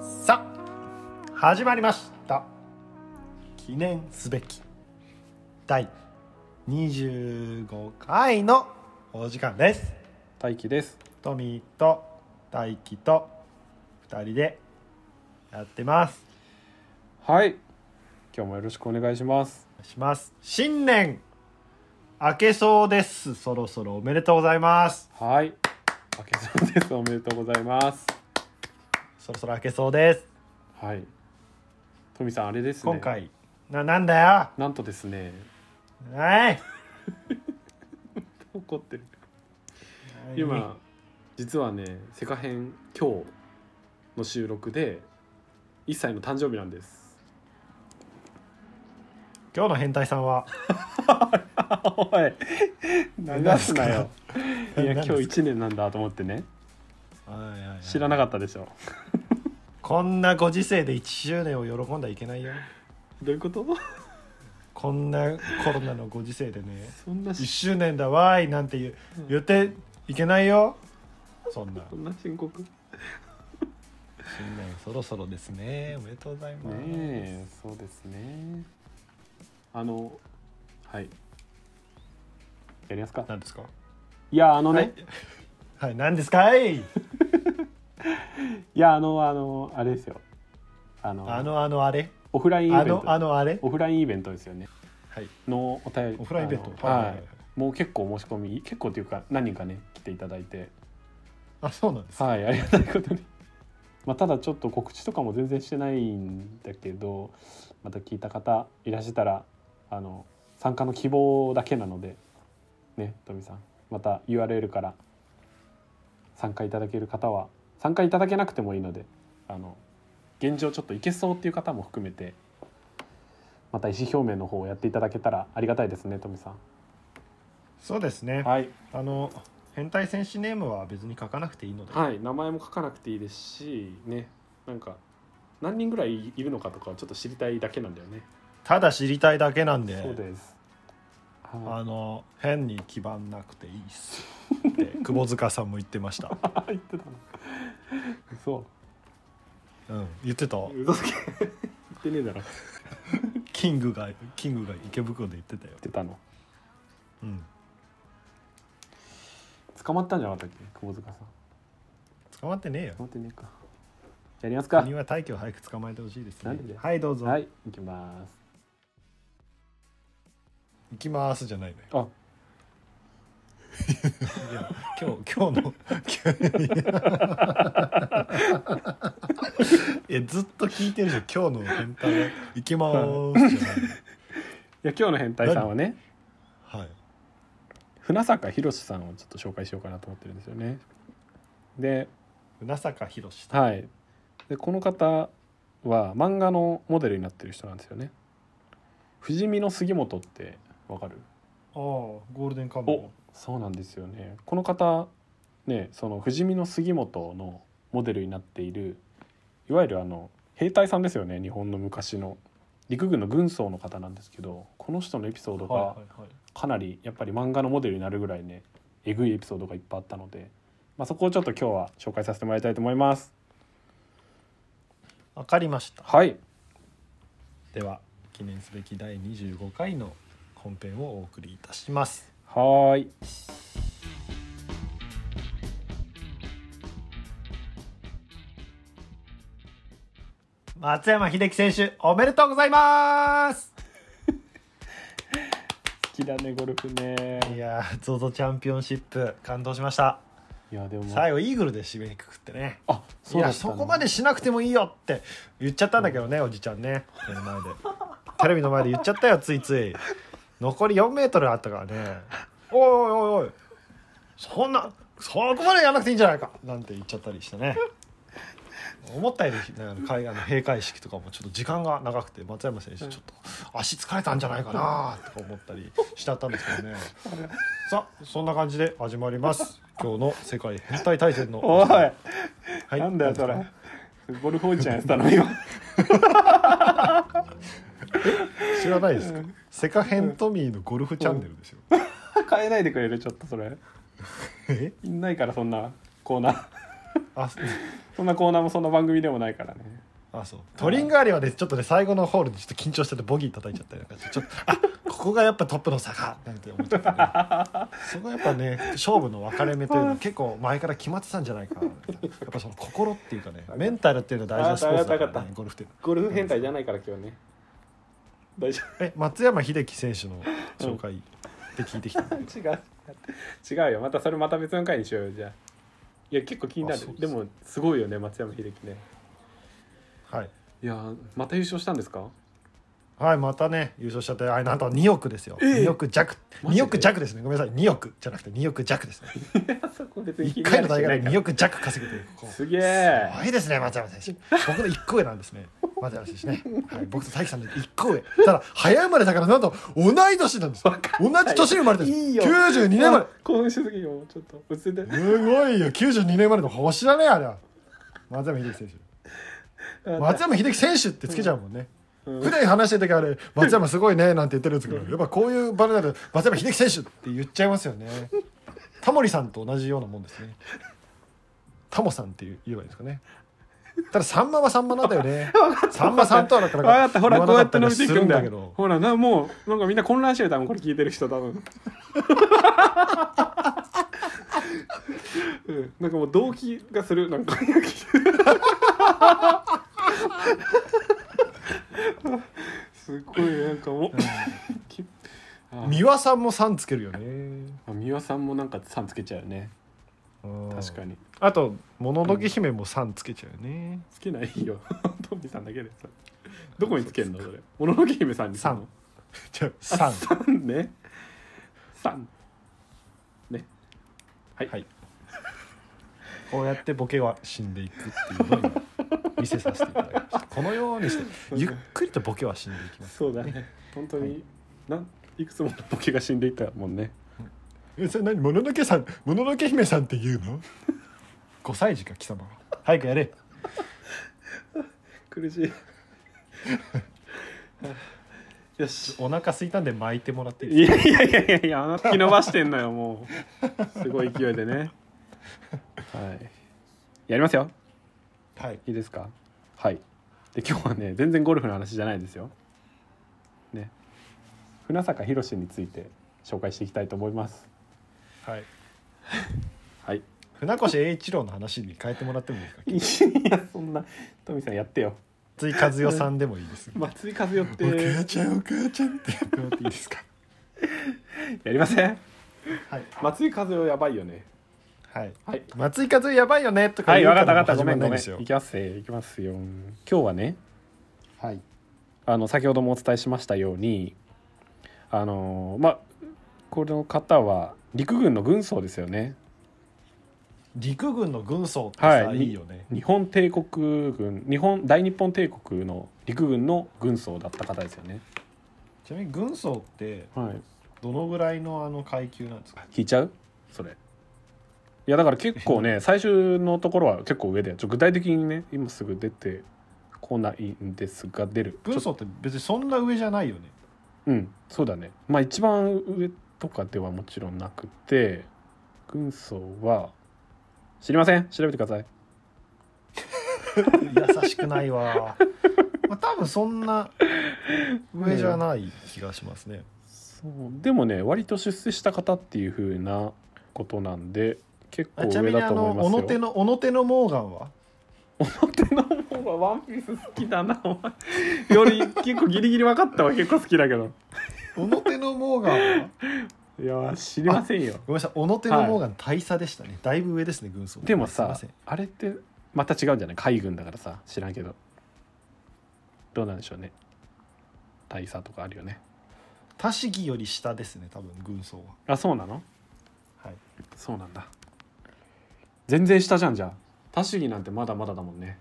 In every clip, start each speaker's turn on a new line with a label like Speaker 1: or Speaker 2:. Speaker 1: さあ始まりました記念すべき第25回のお時間です
Speaker 2: 大輝です
Speaker 1: トミーと大輝と2人でやってます
Speaker 2: はい今日もよろしくお願いします
Speaker 1: お願いします新年明けそうですそろそろおめでとうございます
Speaker 2: はい明けそうですおめでとうございます
Speaker 1: そろそろ明けそうです
Speaker 2: はい富さんあれですね
Speaker 1: 今回ななんだ
Speaker 2: なんとですね
Speaker 1: よはい
Speaker 2: 怒ってる今実はねセカ編今日の収録で1歳の誕生日なんです
Speaker 1: 今日の変態さんは
Speaker 2: おい流すなよいや今
Speaker 1: 何
Speaker 2: 日
Speaker 1: です
Speaker 2: 1年なんだと思ってね
Speaker 1: はいはいはい
Speaker 2: 知らなかったでしょ
Speaker 1: こんなご時世で1周年を喜んだらいけないよ
Speaker 2: どういうこと
Speaker 1: こんなコロナのご時世でね
Speaker 2: そんな
Speaker 1: 1
Speaker 2: し
Speaker 1: 周年だわーいなんて言う言っていけないよそんな
Speaker 2: そんな深刻ね
Speaker 1: 新年そろそろですねおめでとうございます、
Speaker 2: えそうですねあのはいやりますか
Speaker 1: 何ですか
Speaker 2: いやあのね、い、
Speaker 1: はい何ですかい
Speaker 2: やあのあのあれですよあの
Speaker 1: あのあのあれ
Speaker 2: オフラインイベ
Speaker 1: あ
Speaker 2: ント
Speaker 1: のあのあれ
Speaker 2: オフラインイベントですよね
Speaker 1: はい
Speaker 2: のお便り
Speaker 1: オフラインイベント
Speaker 2: あの
Speaker 1: はい
Speaker 2: はい、もう結構申し込み結構というか何人かね来ていただいて
Speaker 1: あそうなんです
Speaker 2: はいありがたいことに まあただちょっと告知とかも全然してないんだけどまた聞いた方いらしたらあの参加の希望だけなのでね富さんまた URL から参加いただける方は参加いただけなくてもいいのであの現状ちょっといけそうっていう方も含めてまた意思表明の方をやっていただけたらありがたいですね富さん
Speaker 1: そうですね、
Speaker 2: はい
Speaker 1: あの変態戦士ネームは別に書かなくていいので、
Speaker 2: はい、名前も書かなくていいですしねなんか何人ぐらいいるのかとかちょっと知りたいだけなんだよね、
Speaker 1: ただ知りたいだけなんで
Speaker 2: そうですは
Speaker 1: あの変に基盤なくていいっす って窪塚さんも言ってました
Speaker 2: い言ってたの 嘘
Speaker 1: うん言ってた
Speaker 2: 嘘つけ言ってねえだろ言っ
Speaker 1: キングがキングが池袋で言ってたよ
Speaker 2: てたの
Speaker 1: うん
Speaker 2: 捕まったんじゃなかったっけ窪塚さん
Speaker 1: 捕まってねえよ
Speaker 2: 捕まってねえかやりますか
Speaker 1: 国は大気を早く捕まえてほしいです
Speaker 2: な
Speaker 1: ね
Speaker 2: んで
Speaker 1: はいどうぞ、
Speaker 2: はい行きます
Speaker 1: 行きますじゃ ないのよ
Speaker 2: あ
Speaker 1: いや今日今日の えずっと聞いてるじゃん今日の変態行きまーすじゃないの
Speaker 2: いや今日の変態さんはね
Speaker 1: はい
Speaker 2: 船坂宏さんをちょっと紹介しようかなと思ってるんですよねで
Speaker 1: 船坂宏さん
Speaker 2: はい、でこの方は漫画のモデルになってる人なんですよね不死身の杉本ってわかる
Speaker 1: ああゴールデンカムイの
Speaker 2: そうなんですよねこの方ねその不死身の杉本のモデルになっているいわゆるあの兵隊さんですよね日本の昔の陸軍の軍曹の方なんですけどこの人のエピソード
Speaker 1: はいは
Speaker 2: が
Speaker 1: いはい
Speaker 2: かなりやっぱり漫画のモデルになるぐらいねえぐいエピソードがいっぱいあったので、まあ、そこをちょっと今日は紹介させてもらいたいと思います。
Speaker 1: わかりました
Speaker 2: はい
Speaker 1: では記念すべき第25回の本編をお送りいたします
Speaker 2: はーい
Speaker 1: 松山英樹選手おめでとうございます
Speaker 2: 好きだねゴルフね
Speaker 1: いやー ZOZO チャンピオンシップ感動しました
Speaker 2: いやでも
Speaker 1: 最後イーグルで締めにくくってね
Speaker 2: あ
Speaker 1: い
Speaker 2: そうだ
Speaker 1: や
Speaker 2: った
Speaker 1: そ
Speaker 2: の
Speaker 1: こまでしなくてもいいよって言っちゃったんだけどねおじちゃんね目の前でテレビの前で言っちゃったよついつい残り4メートルあったからねおいおいおいそんなそこまでやらなくていいんじゃないかなんて言っちゃったりしてね思ったよりなんか海外の閉会式とかもちょっと時間が長くて松山選手ちょっと足疲れたんじゃないかなとか思ったりしちゃったんですけどねさあそんな感じで始まります今日の世界変態対戦の
Speaker 2: おい、
Speaker 1: は
Speaker 2: なんだよそ
Speaker 1: 何で
Speaker 2: れ
Speaker 1: すか
Speaker 2: ゴルフおじちゃんやってたの今
Speaker 1: 知らないですかセカヘントミーのゴルフチャンネルですよ、
Speaker 2: 変えないでくれるちょっとそれ
Speaker 1: え
Speaker 2: いないからそんなコーナー
Speaker 1: あそ
Speaker 2: そんなコーナーもそんな番組でもないからね
Speaker 1: あそうトリンガーリはねちょっとね最後のホールでちょっと緊張しててボギー叩いちゃったりなんかしてちょっとあここがやっぱトップの差かなんて思っちゃった、ね、そこがやっぱね勝負の分かれ目というのは結構前から決まってたんじゃないかなやっぱその心っていうかねメンタルっていうのは大事なスポーツだ
Speaker 2: あ分
Speaker 1: か
Speaker 2: からっ
Speaker 1: ね
Speaker 2: た
Speaker 1: ゴルフっていうのは
Speaker 2: ゴルフ変態じゃないから今日ね大丈
Speaker 1: え松山英樹選手の紹介って聞いてきた、
Speaker 2: 夫違う 違うよまたそれまた別の回にしようよじゃあいや結構気にな
Speaker 1: あそう
Speaker 2: る
Speaker 1: です
Speaker 2: でもすごいよね松山英樹ね
Speaker 1: はい
Speaker 2: いやーまた優勝したんですか
Speaker 1: はいまたね優勝しちゃってあれなんと2億ですよ、
Speaker 2: ええ
Speaker 1: 2億弱
Speaker 2: マジで
Speaker 1: 2億弱ですねごめんなさい2億じゃなくて2億弱ですね
Speaker 2: あそこ別に
Speaker 1: 1
Speaker 2: 気にな
Speaker 1: 回
Speaker 2: る
Speaker 1: の
Speaker 2: しな
Speaker 1: 大
Speaker 2: いから
Speaker 1: 会で2億弱稼げてるここ
Speaker 2: すげえ
Speaker 1: すごいですね松山選手僕の1個上なんですね松山選手ね、はい、僕と大樹さんの1個上ただ早生まれだからなんと同い年なんです同
Speaker 2: わかんない
Speaker 1: じ年に生まれてる
Speaker 2: いいよ
Speaker 1: 92年生まれ
Speaker 2: 興奮しすぎよちょっとうつで
Speaker 1: すごいよ92年生まれの星だねあれは松山英樹選手松山英樹選手ってつけちゃうもんね、
Speaker 2: うん
Speaker 1: 普段話してる時あれ松山すごいねなんて言ってるんですけど、やっぱこういう場になると松山英樹選手って言っちゃいますよねタモリさんと同じようなもんですねタモさんって言えばいいですかねたださんまはさんまなんだよ ねさんまさんとはだか
Speaker 2: わ
Speaker 1: ら
Speaker 2: かったほら
Speaker 1: 言
Speaker 2: こう
Speaker 1: わ
Speaker 2: や
Speaker 1: な
Speaker 2: っ
Speaker 1: か
Speaker 2: て伸び
Speaker 1: り
Speaker 2: てい
Speaker 1: す
Speaker 2: く
Speaker 1: る
Speaker 2: ん
Speaker 1: ん
Speaker 2: だ
Speaker 1: だけど
Speaker 2: ほらなもうなんかみんな混乱してる多分これ聞いてる人多分 うん、なんかもう動機がするなんかすごいなんかもう きあ
Speaker 1: 三輪さんもさんつけるよね
Speaker 2: あ三輪さんもなんか「さん」つけちゃうよね確か
Speaker 1: に
Speaker 2: に
Speaker 1: あともののけ姫もさんつけちゃうよね
Speaker 2: つけないよ トンビさんだけでさどこにつけんのそれもののけ姫さんにするの
Speaker 1: じゃあさん
Speaker 2: さん ね。さん。ね。はい。
Speaker 1: はいこうやってボケは死んでいくっていうのを今見せさせていただきましたこのようにしてゆっくりとボケは死んでいきます
Speaker 2: そうだね。本当に、なんいくつものボケが死んでいったもんね。
Speaker 1: えそれ何もののけさんもののけ姫さんって言うの5歳児か貴様は早くやれ
Speaker 2: 苦し い。よし。
Speaker 1: お腹空いたんで巻いてもらっていい
Speaker 2: いやいやいやいやいや、引き伸ばしてんのよ、もう。すごい勢いでね。はい。やりますよ。
Speaker 1: はい
Speaker 2: いいですかはいで今日はね全然ゴルフの話じゃないですよね船坂宏について紹介していきたいと思います
Speaker 1: はい
Speaker 2: はい
Speaker 1: 船越英一郎の話に変えてもらってもいいですか
Speaker 2: いやそんなトミさんやってよ
Speaker 1: 松井和代さんでもいいです
Speaker 2: 松井和代っ
Speaker 1: お母
Speaker 2: て
Speaker 1: ちゃんお母ちゃんってやってもらっていいですか
Speaker 2: やりません
Speaker 1: はい
Speaker 2: 松井和代やばいよね
Speaker 1: はい
Speaker 2: はい
Speaker 1: 松井和代やばいよねとか
Speaker 2: はい
Speaker 1: 言う
Speaker 2: 分かった分
Speaker 1: ら
Speaker 2: かったごめんごめん
Speaker 1: 始まないですよ
Speaker 2: いきますよいきますよ今日はね
Speaker 1: はい
Speaker 2: あの先ほどもお伝えしましたようにあのまあこの方は陸軍の軍曹ですよね
Speaker 1: 陸軍の軍曹ってさ、
Speaker 2: はい
Speaker 1: い、いよね
Speaker 2: 日本帝国軍日本大日本帝国の陸軍の軍曹だった方ですよね。
Speaker 1: ちなみに軍曹って
Speaker 2: はい、
Speaker 1: どのぐらいのあの階級なんですか
Speaker 2: 聞いちゃうそれいやだから結構ね最終のところは結構上でちょ具体的にね今すぐ出てこないんですが出る
Speaker 1: 軍曹って別にそんな上じゃないよね
Speaker 2: うんそうだねまあ一番上とかではもちろんなくて軍曹は知りません調べてください
Speaker 1: 優しくないわ まあ多分そんな上じゃない気がしますね、
Speaker 2: そうでもね割と出世した方っていう風なことなんで結構
Speaker 1: あちな
Speaker 2: 上
Speaker 1: みに
Speaker 2: だ
Speaker 1: あ
Speaker 2: と
Speaker 1: の
Speaker 2: 思いますよ
Speaker 1: 小野手の小野手のモーガンは
Speaker 2: 手の方がワンピース好きだなお前より結構ギリギリ分かったわ結構好きだけど
Speaker 1: 小野手のモーガンはい
Speaker 2: やー知りませんよ
Speaker 1: ごめんなさい小野手のモーガン大佐でしたね、だいぶ上ですね軍曹
Speaker 2: でも
Speaker 1: すいま
Speaker 2: さ
Speaker 1: せん
Speaker 2: あれってまた違うんじゃない海軍だからさ知らんけどどうなんでしょうね大佐とかあるよね
Speaker 1: 田敷より下ですね多分軍曹は
Speaker 2: あそうなの
Speaker 1: はい
Speaker 2: そうなんだ全然下じゃんじゃあ田尻なんてまだまだだもんね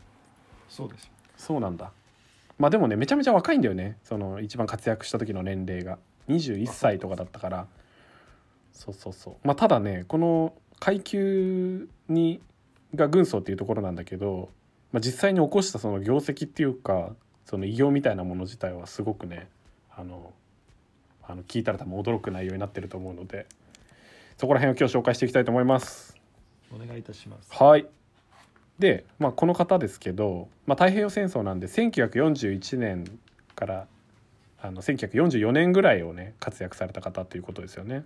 Speaker 1: そうです
Speaker 2: そうなんだまあでもねめちゃめちゃ若いんだよねその一番活躍した時の年齢が21歳とかだったからそうそうそうまあただねこの階級にが軍曹っていうところなんだけど、まあ、実際に起こしたその業績っていうかその偉業みたいなもの自体はすごくねあのあの聞いたら多分驚く内容になってると思うのでそこら辺を今日紹介していきたいと思います。
Speaker 1: お願いいたします
Speaker 2: はいで、まあ、この方ですけど、まあ、太平洋戦争なんで1941年からあの1944年ぐらいをね活躍された方ということですよね。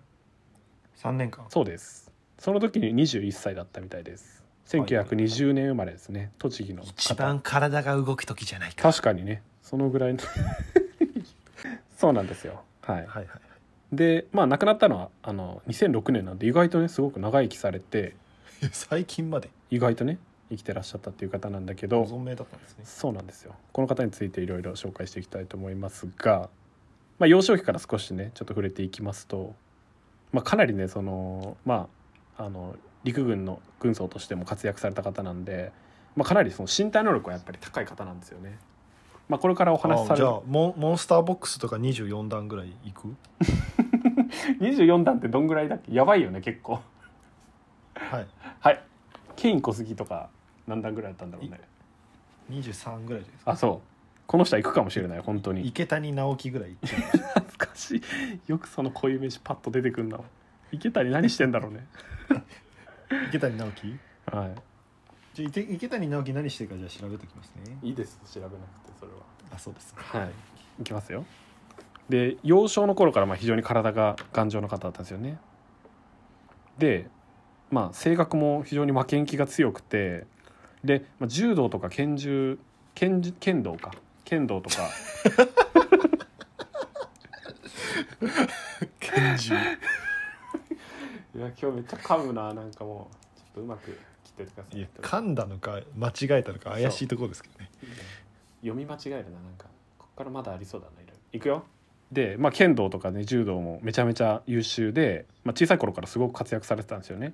Speaker 1: 3年間
Speaker 2: そうです。その時に21歳だったみたいです。1920年生まれですね。栃木の方
Speaker 1: 一番体が動く時じゃないか
Speaker 2: 確かにね。そのぐらいの そうなんですよ。はい。
Speaker 1: はいはい
Speaker 2: で、まあ亡くなったのはあの2006年なんで意外とねすごく長生きされて
Speaker 1: はい最近まで
Speaker 2: 意外とね生きてらっしゃったっていう方なんだけ
Speaker 1: ご
Speaker 2: ど、
Speaker 1: 存命だったんですね
Speaker 2: そうなんですよ。この方についていろいろ紹介していきたいと思いますが、まあ幼少期から少しねちょっと触れていきますと、まあかなりねそのまああの陸軍の軍曹としても活躍された方なんで、まあかなりその身体能力がやっぱり高い方なんですよね。まあこれからお話しさ
Speaker 1: あ
Speaker 2: れ
Speaker 1: じ
Speaker 2: る
Speaker 1: ゃあモンモンスターボックスとか24段ぐらいいく
Speaker 2: 24段ってどんぐらいだっけやばいよね結構
Speaker 1: はい
Speaker 2: はいケイン小杉とか何段ぐらいだったんだろうね
Speaker 1: 23ぐらいじゃないですか
Speaker 2: あそうこの人は行くかもしれない本当に
Speaker 1: 池谷直樹ぐらいいってる
Speaker 2: 懐かしい よくその濃い飯パッと出てくんな池谷何してんだろうね
Speaker 1: 池谷直樹
Speaker 2: は
Speaker 1: じゃあ池池谷直樹何してるかじゃあ調べておきますね
Speaker 2: いいいです調べなくてそれは
Speaker 1: あそうですか
Speaker 2: はい、いきますよで幼少の頃からまあ非常に体が頑丈な方だったんですよねで、まあ、性格も非常に負けん気が強くてで、まあ、柔道とか拳銃剣じ剣道 か剣道とか
Speaker 1: 拳銃
Speaker 2: いや今日めっちゃ噛むななんかもうちょっとうまく切っててくだ
Speaker 1: いや噛んだのか間違えたのか怪しいところですけどね
Speaker 2: 読み間違えるななんかこっからまだありそうだないろいろいくよで、まあ、剣道とかね柔道もめちゃめちゃ優秀で、まあ、小さい頃からすごく活躍されてたんですよね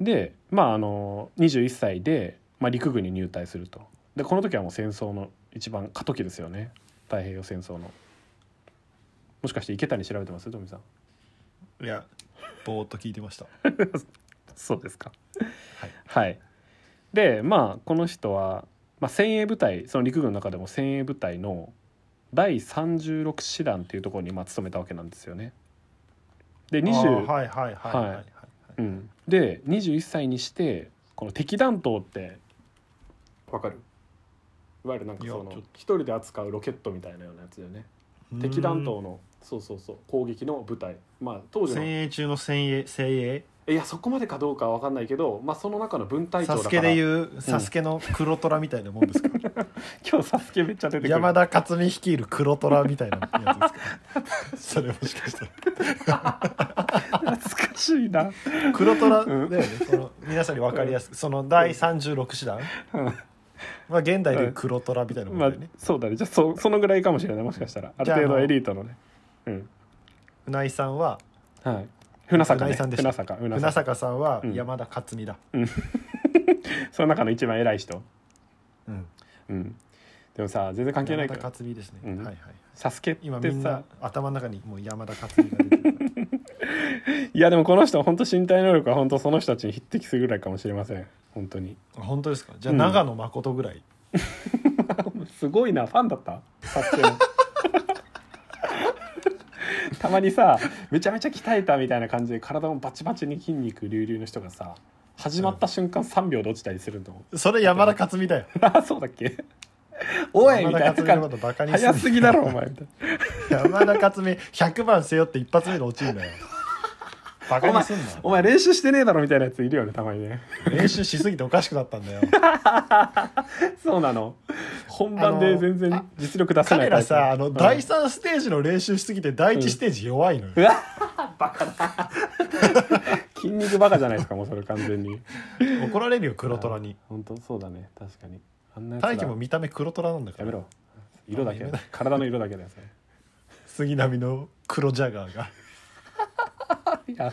Speaker 2: でまああの21歳で、まあ、陸軍に入隊するとでこの時はもう戦争の一番過渡期ですよね太平洋戦争のもしかして池谷調べてます富さん
Speaker 1: いやぼーっと聞いてました
Speaker 2: そうですか。
Speaker 1: はい、
Speaker 2: でまあこの人は、まあ、先鋭部隊その陸軍の中でも先鋭部隊の第36師団っていうところにまあ勤めたわけなんですよね。で
Speaker 1: あー
Speaker 2: 20、
Speaker 1: はいはいはいはいはい、はい
Speaker 2: うん、で21歳にしてこの敵弾頭ってわかるいわゆるなんかそ
Speaker 1: いや
Speaker 2: の
Speaker 1: ちょっと
Speaker 2: 一人で扱うロケットみたいなようなやつだよね敵弾頭のそうそうそう攻撃の部隊まあ当時の
Speaker 1: 先鋭中の先鋭精鋭
Speaker 2: いやそこまでかどうかは分かんないけど、まあ、その中の分隊長
Speaker 1: サ
Speaker 2: だ
Speaker 1: ス
Speaker 2: か
Speaker 1: ケ
Speaker 2: ら
Speaker 1: でいうサスケの黒虎みたいなもんですか、
Speaker 2: 今日サスケめっちゃ出てくる
Speaker 1: 山田勝美率いる黒虎みたいなやつですか それもしかしたら
Speaker 2: 懐かしいな
Speaker 1: 黒虎だ
Speaker 2: う
Speaker 1: よ
Speaker 2: ん
Speaker 1: ね、その皆さんに分かりやすくその第36師団、
Speaker 2: うん
Speaker 1: まあ、現代でいう黒虎みたいなもんだ
Speaker 2: まあ
Speaker 1: よね、
Speaker 2: そうだねじゃあそそのぐらいかもしれないもしかしたらあ
Speaker 1: じ
Speaker 2: る
Speaker 1: ゃあ
Speaker 2: 程
Speaker 1: あ
Speaker 2: 度
Speaker 1: の
Speaker 2: エリートのねうん
Speaker 1: 船井さんは
Speaker 2: はい船坂、
Speaker 1: 船
Speaker 2: ね、
Speaker 1: 井さんでした
Speaker 2: 船坂船
Speaker 1: 船
Speaker 2: 坂
Speaker 1: 坂さんは
Speaker 2: うん
Speaker 1: 山田勝美だ、
Speaker 2: その中の一番偉い人
Speaker 1: うん、
Speaker 2: うんでもさ全然関係ない
Speaker 1: 山
Speaker 2: か
Speaker 1: 田
Speaker 2: ら
Speaker 1: 勝美ですね、
Speaker 2: うん
Speaker 1: はいはい
Speaker 2: サスケって
Speaker 1: 今みん
Speaker 2: さ
Speaker 1: な頭の中にもう山田勝美が出てる から
Speaker 2: いやでもこの人は本当身体能力は本当その人たちに匹敵するぐらいかもしれません本当に
Speaker 1: あ本当ですかじゃあ
Speaker 2: うん
Speaker 1: 長野誠ぐらい、
Speaker 2: すごいなファンだったサスケの たまにさめちゃめちゃ鍛えたみたいな感じで体もバチバチに筋肉隆々の人がさ始まった瞬間3秒で落ちたりするの、
Speaker 1: それ山田勝美だよ
Speaker 2: あそうだっけおいみ
Speaker 1: 山
Speaker 2: た
Speaker 1: 田
Speaker 2: いな
Speaker 1: 勝美の
Speaker 2: 感
Speaker 1: ことバカ
Speaker 2: じ
Speaker 1: にする
Speaker 2: 早すぎだろお前みたい
Speaker 1: 山田勝美100番背負って一発目で落ちるんだよバカ
Speaker 2: なお
Speaker 1: に
Speaker 2: 前
Speaker 1: すんな
Speaker 2: お前練習してねえだろみたいなやついるよねたまに ね
Speaker 1: 練習しすぎておかしくなったんだ よ
Speaker 2: そうなの本番で全
Speaker 1: あ
Speaker 2: 然
Speaker 1: の
Speaker 2: 実力出せな
Speaker 1: 彼
Speaker 2: いタ
Speaker 1: ら
Speaker 2: イプ
Speaker 1: さあの
Speaker 2: うん
Speaker 1: 第3ステージの練習しすぎて第1ステージ弱いのよ、
Speaker 2: うわバカだ筋肉バカじゃないですかもうそれ完全に
Speaker 1: 怒られるよ黒虎に
Speaker 2: 本当そうだね確かにあんなやつら
Speaker 1: 大輝も見た目黒虎なんだか
Speaker 2: やめ
Speaker 1: ら
Speaker 2: ろ色だけ
Speaker 1: やめな
Speaker 2: 体の色だけだよそ れ
Speaker 1: 杉並の黒ジャガーが
Speaker 2: いや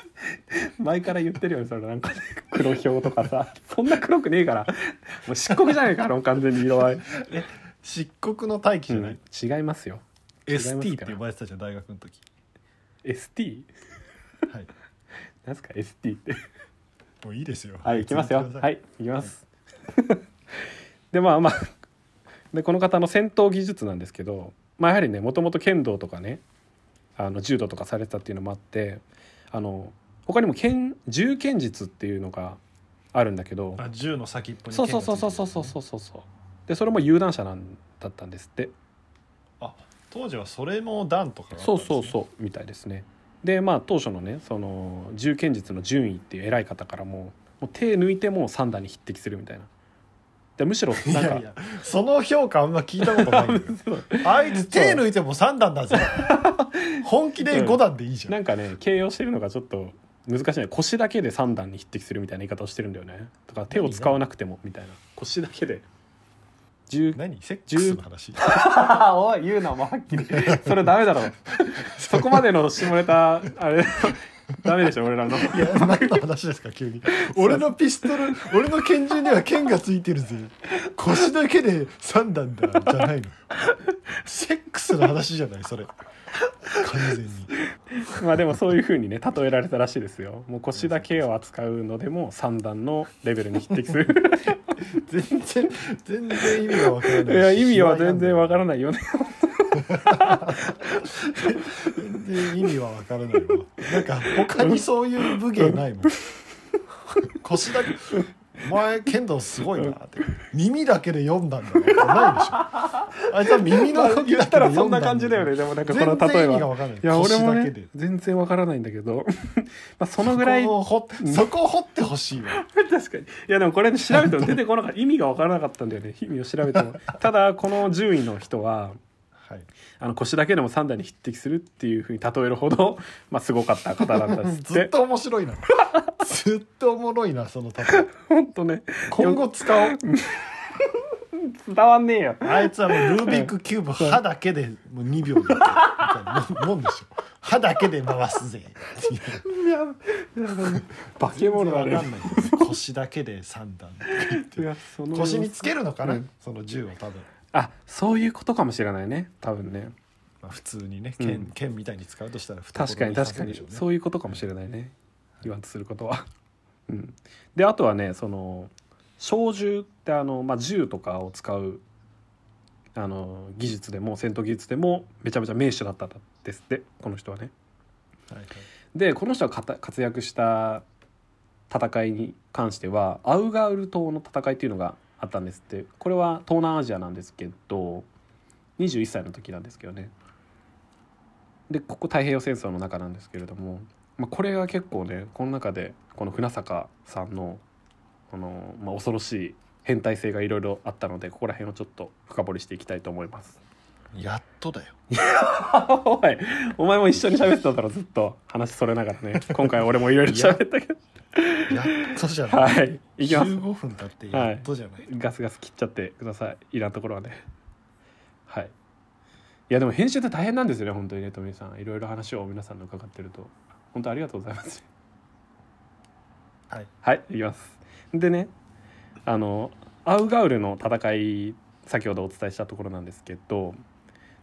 Speaker 2: 前から言ってるよねそれなんか黒ひとかさそんな黒くねえからもう漆黒じゃないかあの完全に色合い、
Speaker 1: 漆黒の大輝じゃない、
Speaker 2: 違いますよますから
Speaker 1: ST って呼ばれてたじゃん大学の時
Speaker 2: ST
Speaker 1: はい
Speaker 2: なんすか ST って
Speaker 1: もういいですよ
Speaker 2: はい行きますよ
Speaker 1: 続てくだ
Speaker 2: は
Speaker 1: さい
Speaker 2: い行きます でまあまあでこの方の戦闘技術なんですけど、まあ、やはりねもともと剣道とかねあの柔道とかされてたっていうのもあってあの他にも剣銃剣術っていうのがあるんだけど
Speaker 1: あ銃の先っぽに
Speaker 2: そうそうそうそうそうそうそうそうでそれも有段者なんだったんですって
Speaker 1: 当時はそれの段とかがあった
Speaker 2: そ
Speaker 1: ん
Speaker 2: う
Speaker 1: ですね
Speaker 2: そうそうみたいですねでまあ当初のねその銃剣術の順位っていう偉い方からももう手抜いてもう3段に匹敵するみたいなでむしろなんか
Speaker 1: いやいやその評価あんま聞いたことない よあいつ手抜いても3段だぜ本気で5段でいいじゃん
Speaker 2: なんかね形容してるのがちょっと難しいね腰だけで3段に匹敵するみたいな言い方をしてるんだよねとか手を使わなくてもみたいな腰だけで銃
Speaker 1: 何セックスの話
Speaker 2: ああおい言うなお前はっきりそれダメだろそこまでの下ネタあれダメでしょ俺らの
Speaker 1: いや何の話ですか急に 俺のピストル俺の拳銃には剣がついてるぜ腰だけで3段だじゃないのセックスの話じゃないそれ完全に
Speaker 2: まあでもそういう風にね例えられたらしいですよもう腰だけを扱うのでも3段のレベルに匹敵する
Speaker 1: 全然全然意味がわから
Speaker 2: い
Speaker 1: ない
Speaker 2: や意味は全然わから
Speaker 1: ない
Speaker 2: ないよね
Speaker 1: 全然意味はわからないわなんか他にそういう武芸ないもん腰だけお前剣道すごいなって耳だけで読んだんだよないでしょあいつは耳の動き
Speaker 2: 言
Speaker 1: だけ
Speaker 2: っ
Speaker 1: で
Speaker 2: たらそ
Speaker 1: 読
Speaker 2: ん
Speaker 1: んだだ
Speaker 2: なん感じだよねでもなんかこ
Speaker 1: 全
Speaker 2: の
Speaker 1: 然
Speaker 2: 例え
Speaker 1: 意味が
Speaker 2: は
Speaker 1: わからない
Speaker 2: いや俺も
Speaker 1: 腰だけ
Speaker 2: ね
Speaker 1: で
Speaker 2: 全然わからないんだけど まあそのぐらい
Speaker 1: そこを掘っそこを掘ってほしいわ
Speaker 2: 確かにいやでもこれ調べても出てこなかった意味が分からなかったんだよね意味を調べてもただこの10位の人は
Speaker 1: はい
Speaker 2: あの腰だけでも3段に匹敵するっていうふうに例えるほど、まあ、すごかった方だったんですっ
Speaker 1: ずってと面白いなずっとおもろいなその例え
Speaker 2: 本当ね
Speaker 1: 今後使おう
Speaker 2: 伝わんねえよ
Speaker 1: あいつはもうルービックキューブ歯だけでもう2秒でみたいなもんでしょ歯だけで回すぜ
Speaker 2: いやいや化け物だ
Speaker 1: わかん
Speaker 2: ね
Speaker 1: ないけど腰だけで3段
Speaker 2: いやその
Speaker 1: 腰につけるのかな、
Speaker 2: うん
Speaker 1: その銃を多分、
Speaker 2: あそういうことかもしれないね多分ね
Speaker 1: まあ、普通にね
Speaker 2: うん
Speaker 1: 剣,、剣みたいに使うとしたら懐
Speaker 2: 確かに確か
Speaker 1: 刺
Speaker 2: に、
Speaker 1: すでしょうね
Speaker 2: そういうことかもしれないね言わんとすることは。うん、であとはねその小銃ってあの、まあ、銃とかを使うあの技術でも戦闘技術でもめちゃめちゃ名手だったんですってこの人はね。
Speaker 1: はいはい
Speaker 2: でこの人がかた活躍した戦いに関してはアウガウル島の戦いっていうのがあったんですってこれは東南アジアなんですけど21歳の時なんですけどねでここ太平洋戦争の中なんですけれども、まあ、これが結構ねこの中でこの船坂さんのこの、まあ、恐ろしい変態性がいろいろあったのでここら辺をちょっと深掘りしていきたいと思います。
Speaker 1: やっとだよ
Speaker 2: おいお前も一緒に喋ってただろずっと話それながらね今回俺もいろいろ喋ったけど
Speaker 1: やっとじゃない、
Speaker 2: はい、いきます。
Speaker 1: 15分経ってやっとじゃない、
Speaker 2: ガスガス切っちゃってください。いらんところはね。はい。いやでも編集って大変なんですよね、本当にね、富井さん。いろいろ話を皆さんの伺ってると。本当ありがとうございます。
Speaker 1: はい。
Speaker 2: はい、いきます。でね、あの、アウガウルの戦い、先ほどお伝えしたところなんですけど、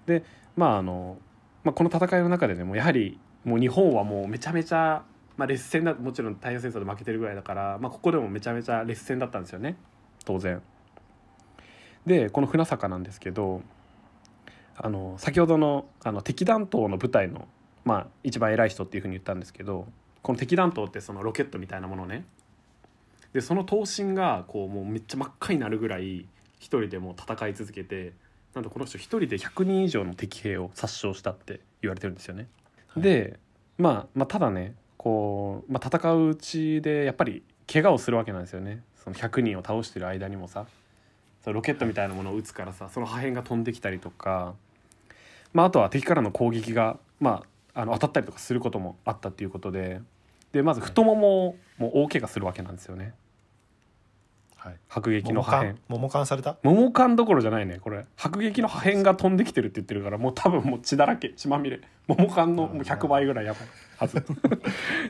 Speaker 2: で、まああの、まあ、この戦いの中でね、もうやはり、もう日本はもうめちゃめちゃ、まあ、劣勢だもちろん太平洋戦争で負けてるぐらいだから、まあ、ここでもめちゃめちゃ劣勢だったんですよね当然。でこの船坂なんですけどあの先ほどのあの敵弾頭の部隊の、まあ、一番偉い人っていうふうに言ったんですけどこの敵弾頭ってそのロケットみたいなものねでその刀身がこうもうめっちゃ真っ赤になるぐらい一人でもう戦い続けてなんとこの人一人で100人以上の敵兵を殺傷したって言われてるんですよね。で、まあ、まあただねこう、まあ、戦ううちでやっぱり怪我をするわけなんですよねその100人を倒してる間にもさそのロケットみたいなものを撃つからさその破片が飛んできたりとか、まあ、あとは敵からの攻撃が、まあ、あの当たったりとかすることもあったっていうことででまず太ももも大怪我するわけなんですよね
Speaker 1: はい
Speaker 2: 迫撃の
Speaker 1: 桃
Speaker 2: 破片
Speaker 1: 缶。桃缶された
Speaker 2: 桃缶どころじゃないねこれ迫撃の破片が飛んできてるって言ってるからもう多分もう血だらけ血まみれ桃缶のもう100倍ぐらいやばいはず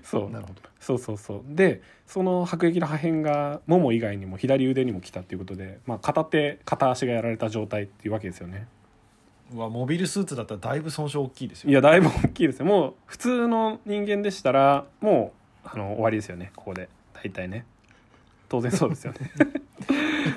Speaker 2: そう
Speaker 1: なるほど
Speaker 2: そうそうそうでその迫撃の破片がもも以外にも左腕にも来たっていうことで、まあ、片手片足がやられた状態っていうわけですよね
Speaker 1: うわモビルスーツだったらだいぶ損傷大きいですよ
Speaker 2: いやだいぶ大きいですよもう普通の人間でしたらもうあの終わりですよねここで大体ね当然そうです よね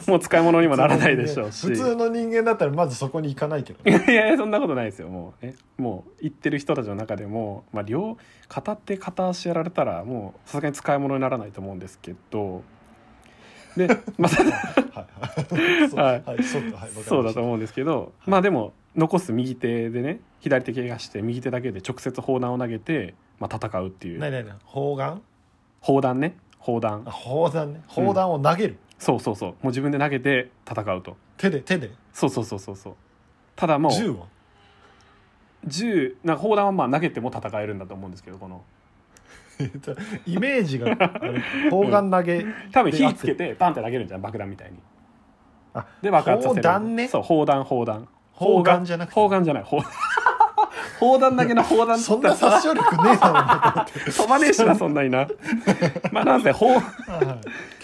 Speaker 2: もう使い物にもならないでしょうし
Speaker 1: 普通の人間だったらまずそこに行かないけど
Speaker 2: い
Speaker 1: ね、
Speaker 2: やいやそんなことないですよもうねもう行ってる人たちの中でも、まあ、両片手片足やられたらもうさすがに使い物にならないと思うんですけどで、まあ、ただ
Speaker 1: はいそう
Speaker 2: はい
Speaker 1: はいそうかはいわかりました
Speaker 2: そうだと思うんですけど、
Speaker 1: い
Speaker 2: まあでも残す右手でね左手怪我して右手だけで直接砲弾を投げて、まあ、戦うってい
Speaker 1: な
Speaker 2: う
Speaker 1: になになに砲丸
Speaker 2: 砲弾ね砲弾
Speaker 1: あ砲弾ね砲弾を投げる、
Speaker 2: そうそうそうもう自分で投げて戦うと
Speaker 1: 手で手で
Speaker 2: そうそうそうそうそうただもう
Speaker 1: 銃は
Speaker 2: 銃なんか砲弾はまあ投げても戦えるんだと思うんですけどこの
Speaker 1: イメージがあれ砲丸投げ、
Speaker 2: 多分
Speaker 1: で
Speaker 2: 火つけてバンって投げるんじゃん爆弾みたいに
Speaker 1: あ
Speaker 2: で爆発させ
Speaker 1: 砲
Speaker 2: る
Speaker 1: 弾ね
Speaker 2: そう砲弾砲弾
Speaker 1: 砲丸じゃなくて
Speaker 2: 砲弾じゃない砲 砲弾だけの砲弾っつ
Speaker 1: そん
Speaker 2: った
Speaker 1: な
Speaker 2: ら
Speaker 1: 殺傷力ねえだろうなと思って
Speaker 2: 飛ばねえしなそんな になまあなんせ砲
Speaker 1: は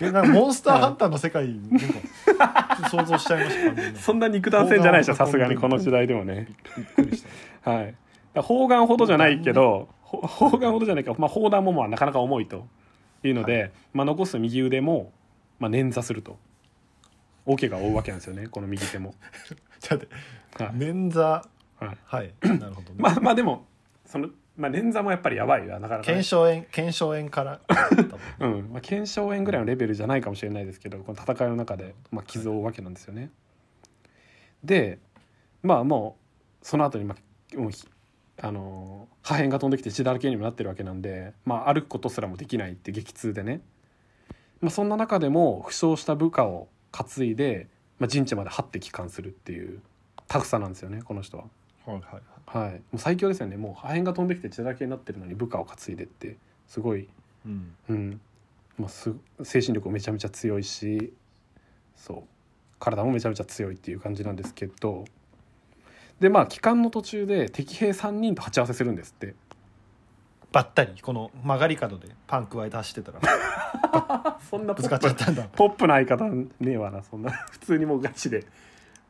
Speaker 1: いなんかモンスターハンターの世界なんかちょっと想像しちゃいましたね
Speaker 2: そんな肉弾戦じゃないでしょ
Speaker 1: 砲丸を
Speaker 2: さすがにこの時代でもね
Speaker 1: びっくりした
Speaker 2: はいだから砲丸ほどじゃないけどほ砲丸ほどじゃないか、まあ、砲弾もまあなかなか重いというので、まあ、残す右腕も、まあ、捻挫すると大怪我を負うわけなんですよねこの右手 も、
Speaker 1: ちょっと待
Speaker 2: はい
Speaker 1: って捻挫
Speaker 2: はい
Speaker 1: はいなるほどね、
Speaker 2: まあまあでもその、まあ、捻挫もやっぱりやばいよなかなかね、
Speaker 1: 検証炎検証炎からは
Speaker 2: うんまあ、腱鞘炎ぐらいのレベルじゃないかもしれないですけどこの戦いの中で、まあ、傷を負うわけなんですよね。でまあもうその後にまあもうひあのー破片が飛んできて血だらけにもなってるわけなんで、まあ、歩くことすらもできないっていう激痛でね、まあ、そんな中でも負傷した部下を担いで、まあ、陣地まで張って帰還するっていうタフさなんですよねこの人は。
Speaker 1: いはいはい
Speaker 2: はい、もう最強ですよねもう破片が飛んできて血だらけになってるのに部下を担いでってすごい
Speaker 1: うん
Speaker 2: うんまあ、す精神力もめちゃめちゃ強いしそう体もめちゃめちゃ強いっていう感じなんですけどでまあ帰還の途中で敵兵3人と鉢合わせするんですって
Speaker 1: ばったりこの曲がり角でパン加えて走ってたら
Speaker 2: そんな
Speaker 1: ぶ
Speaker 2: ポ
Speaker 1: つか
Speaker 2: ッ
Speaker 1: っちゃ
Speaker 2: プ
Speaker 1: ったんだ
Speaker 2: ポップな相方ねえわなそ んな普通にもうガチで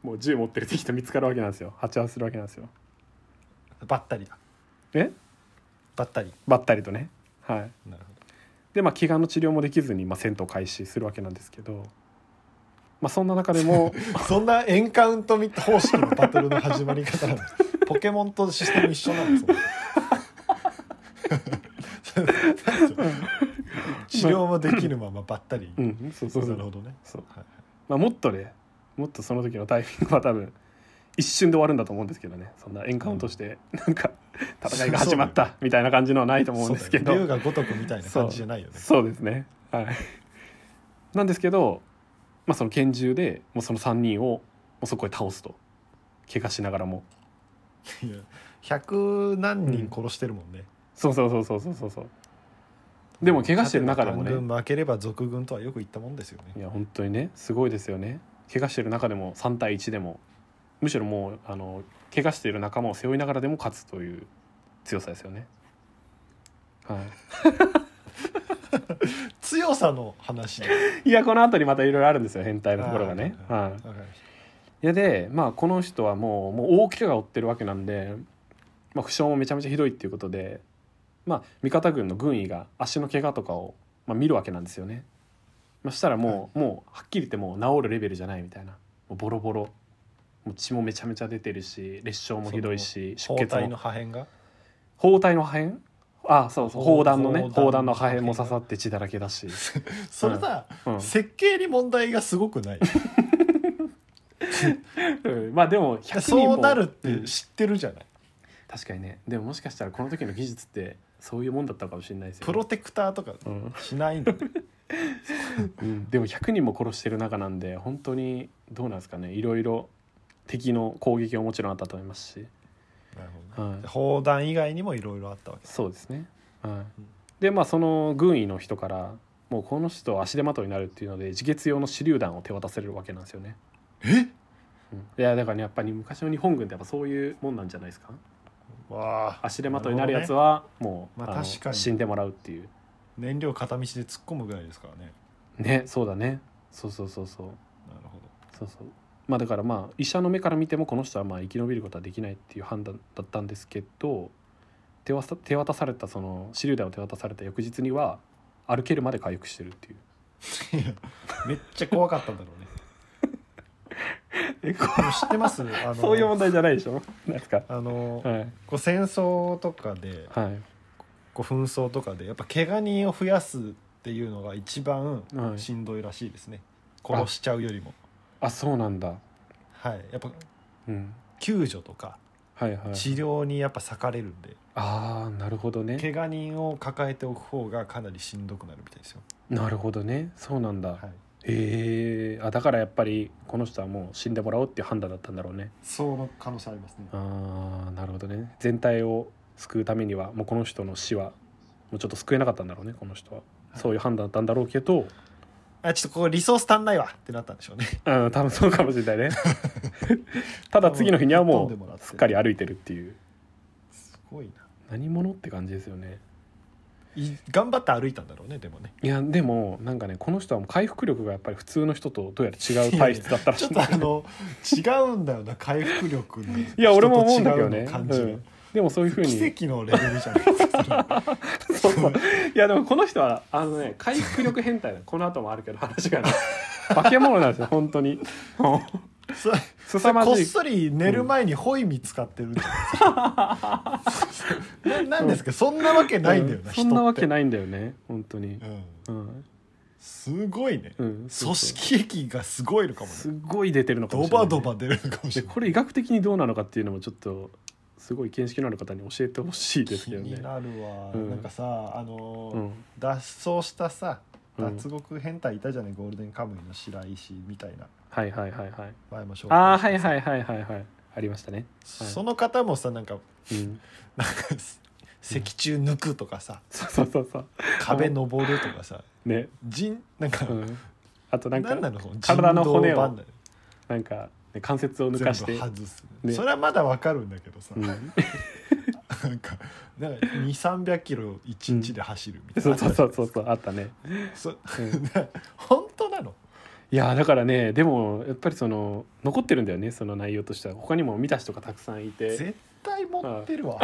Speaker 2: もう銃持ってる敵と見つかるわけなんですよ鉢合わせするわけなんですよ
Speaker 1: ばったりだ
Speaker 2: え
Speaker 1: ばったり
Speaker 2: ばったりとねはい
Speaker 1: なるほど
Speaker 2: でまあ、気がの治療もできずに、まあ、戦闘開始するわけなんですけど、まあ、そんな中で も
Speaker 1: そんなエンカウントみ方式のバトルの始まり方なのポケモンとシステム一緒なのそれ 治療もできるままばったり、
Speaker 2: うんそうそうそ
Speaker 1: な
Speaker 2: う
Speaker 1: るほどね
Speaker 2: そう
Speaker 1: はい
Speaker 2: まあ、もっとねもっとその時のタイミングは多分一瞬で終わるんだと思うんですけどねそんなエンカウントしてなんか戦いが始まったみたいな感じのはないと思うんですけど
Speaker 1: そうだよね竜が如くみたいな感じじゃないよね
Speaker 2: そうですねはいなんですけど、まあ、その拳銃でもうその3人をもうそこへ倒すと怪我しながらも
Speaker 1: いや百何人殺してるもんね、
Speaker 2: そうそうそうそうそうそうそうでも怪我してる中でもね
Speaker 1: 単軍負ければ俗軍とはよく言ったもんですよね
Speaker 2: いや本当にねすごいですよね怪我してる中でも3対1でもむしろもうあの怪我している仲間を背負いながらでも勝つという強さですよねは
Speaker 1: 強さの話で
Speaker 2: い、いやこの後にまたいろいろあるんですよ変態のところがね
Speaker 1: あー
Speaker 2: はい、
Speaker 1: わかりまし
Speaker 2: いやでまあこの人はもうもう大怪我を負ってるわけなんで、まあ、負傷もめちゃめちゃひどいっていうことで、まあ、味方軍の軍医が足の怪我とかを、まあ、見るわけなんですよね。まあ、したらもう,、もうはっきり言ってもう治るレベルじゃないみたいなもうボロボロもう血もめちゃめちゃ出てるし裂傷もひどいし出
Speaker 1: た包
Speaker 2: 血
Speaker 1: 帯の
Speaker 2: も
Speaker 1: 破片が
Speaker 2: 包帯の破片あそうそう
Speaker 1: 砲
Speaker 2: 砲弾のね
Speaker 1: 砲
Speaker 2: 砲
Speaker 1: 弾
Speaker 2: 弾
Speaker 1: の
Speaker 2: の
Speaker 1: 破片
Speaker 2: 破片
Speaker 1: が
Speaker 2: も刺さって血だらけだし、
Speaker 1: それさ、
Speaker 2: うん、
Speaker 1: 設計に問題がすごく ない
Speaker 2: うんまあでも100人も
Speaker 1: そうなるっ
Speaker 2: う
Speaker 1: て
Speaker 2: ん
Speaker 1: 知ってるじゃない、
Speaker 2: 確かにねでももしかしたらこの時の技術ってそういうもんだったのかもしれないですよね、
Speaker 1: プロテクターとか
Speaker 2: うん
Speaker 1: しないんだ、ね、
Speaker 2: うんでも100人も殺してる中なんで本当にどうなんですかねいろいろ敵の攻撃ももちろんあったと思いますし、
Speaker 1: なるほどね
Speaker 2: はい、
Speaker 1: 砲弾以外にもいろいろあったわけ
Speaker 2: そうですね、は
Speaker 1: うん
Speaker 2: い、でまあその軍医の人からもうこの人足手まといになるっていうので自決用の手榴弾を手渡されるわけなんですよね、
Speaker 1: え
Speaker 2: うんいやだからねやっぱり昔の日本軍ってやっぱそういうもんなんじゃないですか
Speaker 1: わあ
Speaker 2: 足手まといになるやつはもう、
Speaker 1: なるほどねまあ
Speaker 2: の
Speaker 1: 確かに
Speaker 2: 死んでもらうっていう
Speaker 1: 燃料片道で突っ込むぐらいですからね
Speaker 2: ねそうだねそうそうそうそう
Speaker 1: なるほど
Speaker 2: そうそうまあだからまあ医者の目から見てもこの人はまあ生き延びることはできないっていう判断だったんですけど手渡さ手渡されたその手榴弾を手渡された翌日には歩けるまで回復してるっていう
Speaker 1: いやめっちゃ怖かったんだろうね で
Speaker 2: え
Speaker 1: も知ってますあの
Speaker 2: そういう問題じゃないでしょ なんですか
Speaker 1: あの
Speaker 2: はい
Speaker 1: こう戦争とかで
Speaker 2: はい
Speaker 1: こう紛争とかでやっぱ怪我人を増やすっていうのが一番
Speaker 2: はい
Speaker 1: しんどいらしいですね、殺しちゃうよりも
Speaker 2: あそうなんだ
Speaker 1: はいやっぱ
Speaker 2: うん
Speaker 1: 救助とか
Speaker 2: はいはい
Speaker 1: 治療にやっぱ割かれるんで
Speaker 2: ああなるほどね
Speaker 1: 怪我人を抱えておく方がかなりしんどくなるみたいですよ
Speaker 2: なるほどねそうなんだ、
Speaker 1: はい
Speaker 2: へえあだからやっぱりこの人はもう死んでもらおうっていう判断だったんだろうね
Speaker 1: その可能性ありますね
Speaker 2: ああなるほどね全体を救うためにはもうこの人の死はもうちょっと救えなかったんだろうねこの人は、
Speaker 1: い
Speaker 2: そういう判断だったんだろうけど
Speaker 1: あちょっとここリソース足んないわってなったんでしょうね
Speaker 2: うん多分そうかもしれ ないねただ次の日にはもうすっかり歩いてるっていう
Speaker 1: すごいな
Speaker 2: 何者って感じですよね
Speaker 1: い頑張って歩いたんだろうねでもね
Speaker 2: いやでもなんかねこの人はもう回復力がやっぱり普通の人とどうやら違う体質だったらし
Speaker 1: ち
Speaker 2: い
Speaker 1: ょ
Speaker 2: ん
Speaker 1: っ
Speaker 2: だ
Speaker 1: とあの違うんだよな回復力のい
Speaker 2: いや俺も思うんだけどね、
Speaker 1: 感じが
Speaker 2: うんでもそういうふうに
Speaker 1: 奇跡のレベルじゃないですか
Speaker 2: そう そういやでもこの人はあのね回復力変態だこの後もあるけど話がね 化け物なんですよ本当にもう
Speaker 1: それ
Speaker 2: 凄ま
Speaker 1: こっ
Speaker 2: じい
Speaker 1: そり寝る前にホイミ使ってるんじゃないですかななんですかそんなわけないんだよな、
Speaker 2: う
Speaker 1: 人
Speaker 2: そんなわけ
Speaker 1: ない、
Speaker 2: ないんだよね本当に
Speaker 1: うん、
Speaker 2: うん、
Speaker 1: すごいね、
Speaker 2: うん、そう
Speaker 1: 組
Speaker 2: そう
Speaker 1: 織液がすごいのかもね
Speaker 2: すごい出てるのかも
Speaker 1: ド
Speaker 2: しれな
Speaker 1: バ
Speaker 2: い、
Speaker 1: ドバ出るのかもし
Speaker 2: で
Speaker 1: れない
Speaker 2: これ医学的にどうなのかっていうのもちょっとすごい見識のある方に教えてほしいです
Speaker 1: 気
Speaker 2: けどね
Speaker 1: になるわ、
Speaker 2: うん
Speaker 1: なんかさあのー
Speaker 2: うん
Speaker 1: 脱走したさ
Speaker 2: うん
Speaker 1: 脱獄変態いたじゃない、ゴールデンカムイの白石みたいな
Speaker 2: はいはいはいはい
Speaker 1: 前も紹介したさ
Speaker 2: ああはいはいはいはいはいありましたね、
Speaker 1: その方もさなんか
Speaker 2: うん、
Speaker 1: なんか脊柱抜くとかさ
Speaker 2: そうそうそうそう
Speaker 1: 壁登るとかさ
Speaker 2: ね、
Speaker 1: 人なんか、
Speaker 2: うん、あとな
Speaker 1: なんんな
Speaker 2: か
Speaker 1: のこの
Speaker 2: 体の
Speaker 1: 人
Speaker 2: 骨を
Speaker 1: 道バンダ
Speaker 2: なんか、ね、関節を抜かし
Speaker 1: 全
Speaker 2: て
Speaker 1: 部、外す、
Speaker 2: ね
Speaker 1: それはまだわかるんだけどさ、
Speaker 2: うん、
Speaker 1: なんかなんか2 3 0 0キロ一日で走るみたいな、
Speaker 2: そうそうそうそうそうあったね、
Speaker 1: そう
Speaker 2: うん、
Speaker 1: 本当なの
Speaker 2: いやだからねでもやっぱりその残ってるんだよねその内容としては他にも見た人がたくさんいて
Speaker 1: 絶対持ってるわ、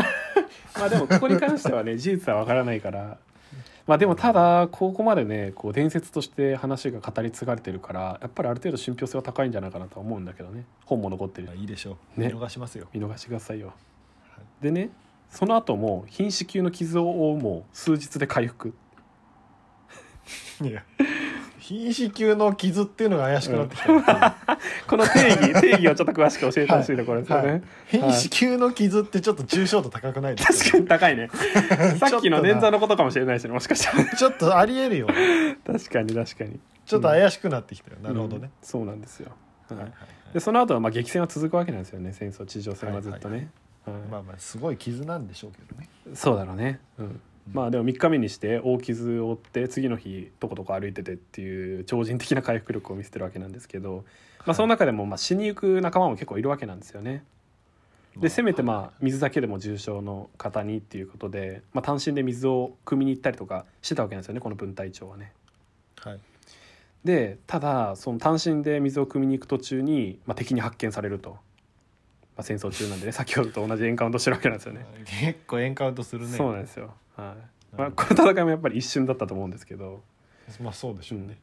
Speaker 2: まあでもここに関してはね事実はわからないからまあでもただここまでねこう伝説として話が語り継がれてるからやっぱりある程度信憑性は高いんじゃないかなとは思うんだけどね本も残ってる
Speaker 1: まあいいでしょう、
Speaker 2: ね
Speaker 1: 見逃しますよ
Speaker 2: 見逃してくださいよ
Speaker 1: は
Speaker 2: でねその後も瀕死級の傷を負うも数日で回復
Speaker 1: いや瀕死級の傷っていうのが怪しくなってきた、
Speaker 2: この定義定義をちょっと詳しく教えてほしいところですよね、
Speaker 1: はい瀕死級の傷ってちょっと重症度高くないです
Speaker 2: 確かに高 いねさっきの
Speaker 1: ちょっとな
Speaker 2: 捻挫のことかもしれないしねもしかしたら
Speaker 1: ちょっとありえるよ
Speaker 2: 確かに確かに
Speaker 1: ちょっと怪しくなってきたよ、なるほどね、
Speaker 2: うんそうなんですよ、はい
Speaker 1: はいはい
Speaker 2: でその後はまあ激戦は続くわけなんですよね戦争地上戦はずっとね、
Speaker 1: はい
Speaker 2: はい
Speaker 1: まあまあすごい傷なんでしょうけどね
Speaker 2: そうだろうね、うん、まあでも3日目にして大傷を負って次の日とことこ歩いててっていう超人的な回復力を見せてるわけなんですけど、まあ、その中でもまあ死に行く仲間も結構いるわけなんですよねでせめてまあ水だけでも重症の方にっていうことで、まあ、単身で水を汲みに行ったりとかしてたわけなんですよねこの分隊長はね。
Speaker 1: あはい
Speaker 2: でただその単身で水を汲みに行く途中に、まあ、敵に発見されると、まあ、戦争中なん でね先ほどと同じエンカウントしてるわけなんですよね。
Speaker 1: 結構エンカウントするね
Speaker 2: そうなんですよ、はい
Speaker 1: な
Speaker 2: まあ、
Speaker 1: るほ
Speaker 2: この戦いもやっぱり一瞬だったと思うんですけど、
Speaker 1: まあそうでしょうね、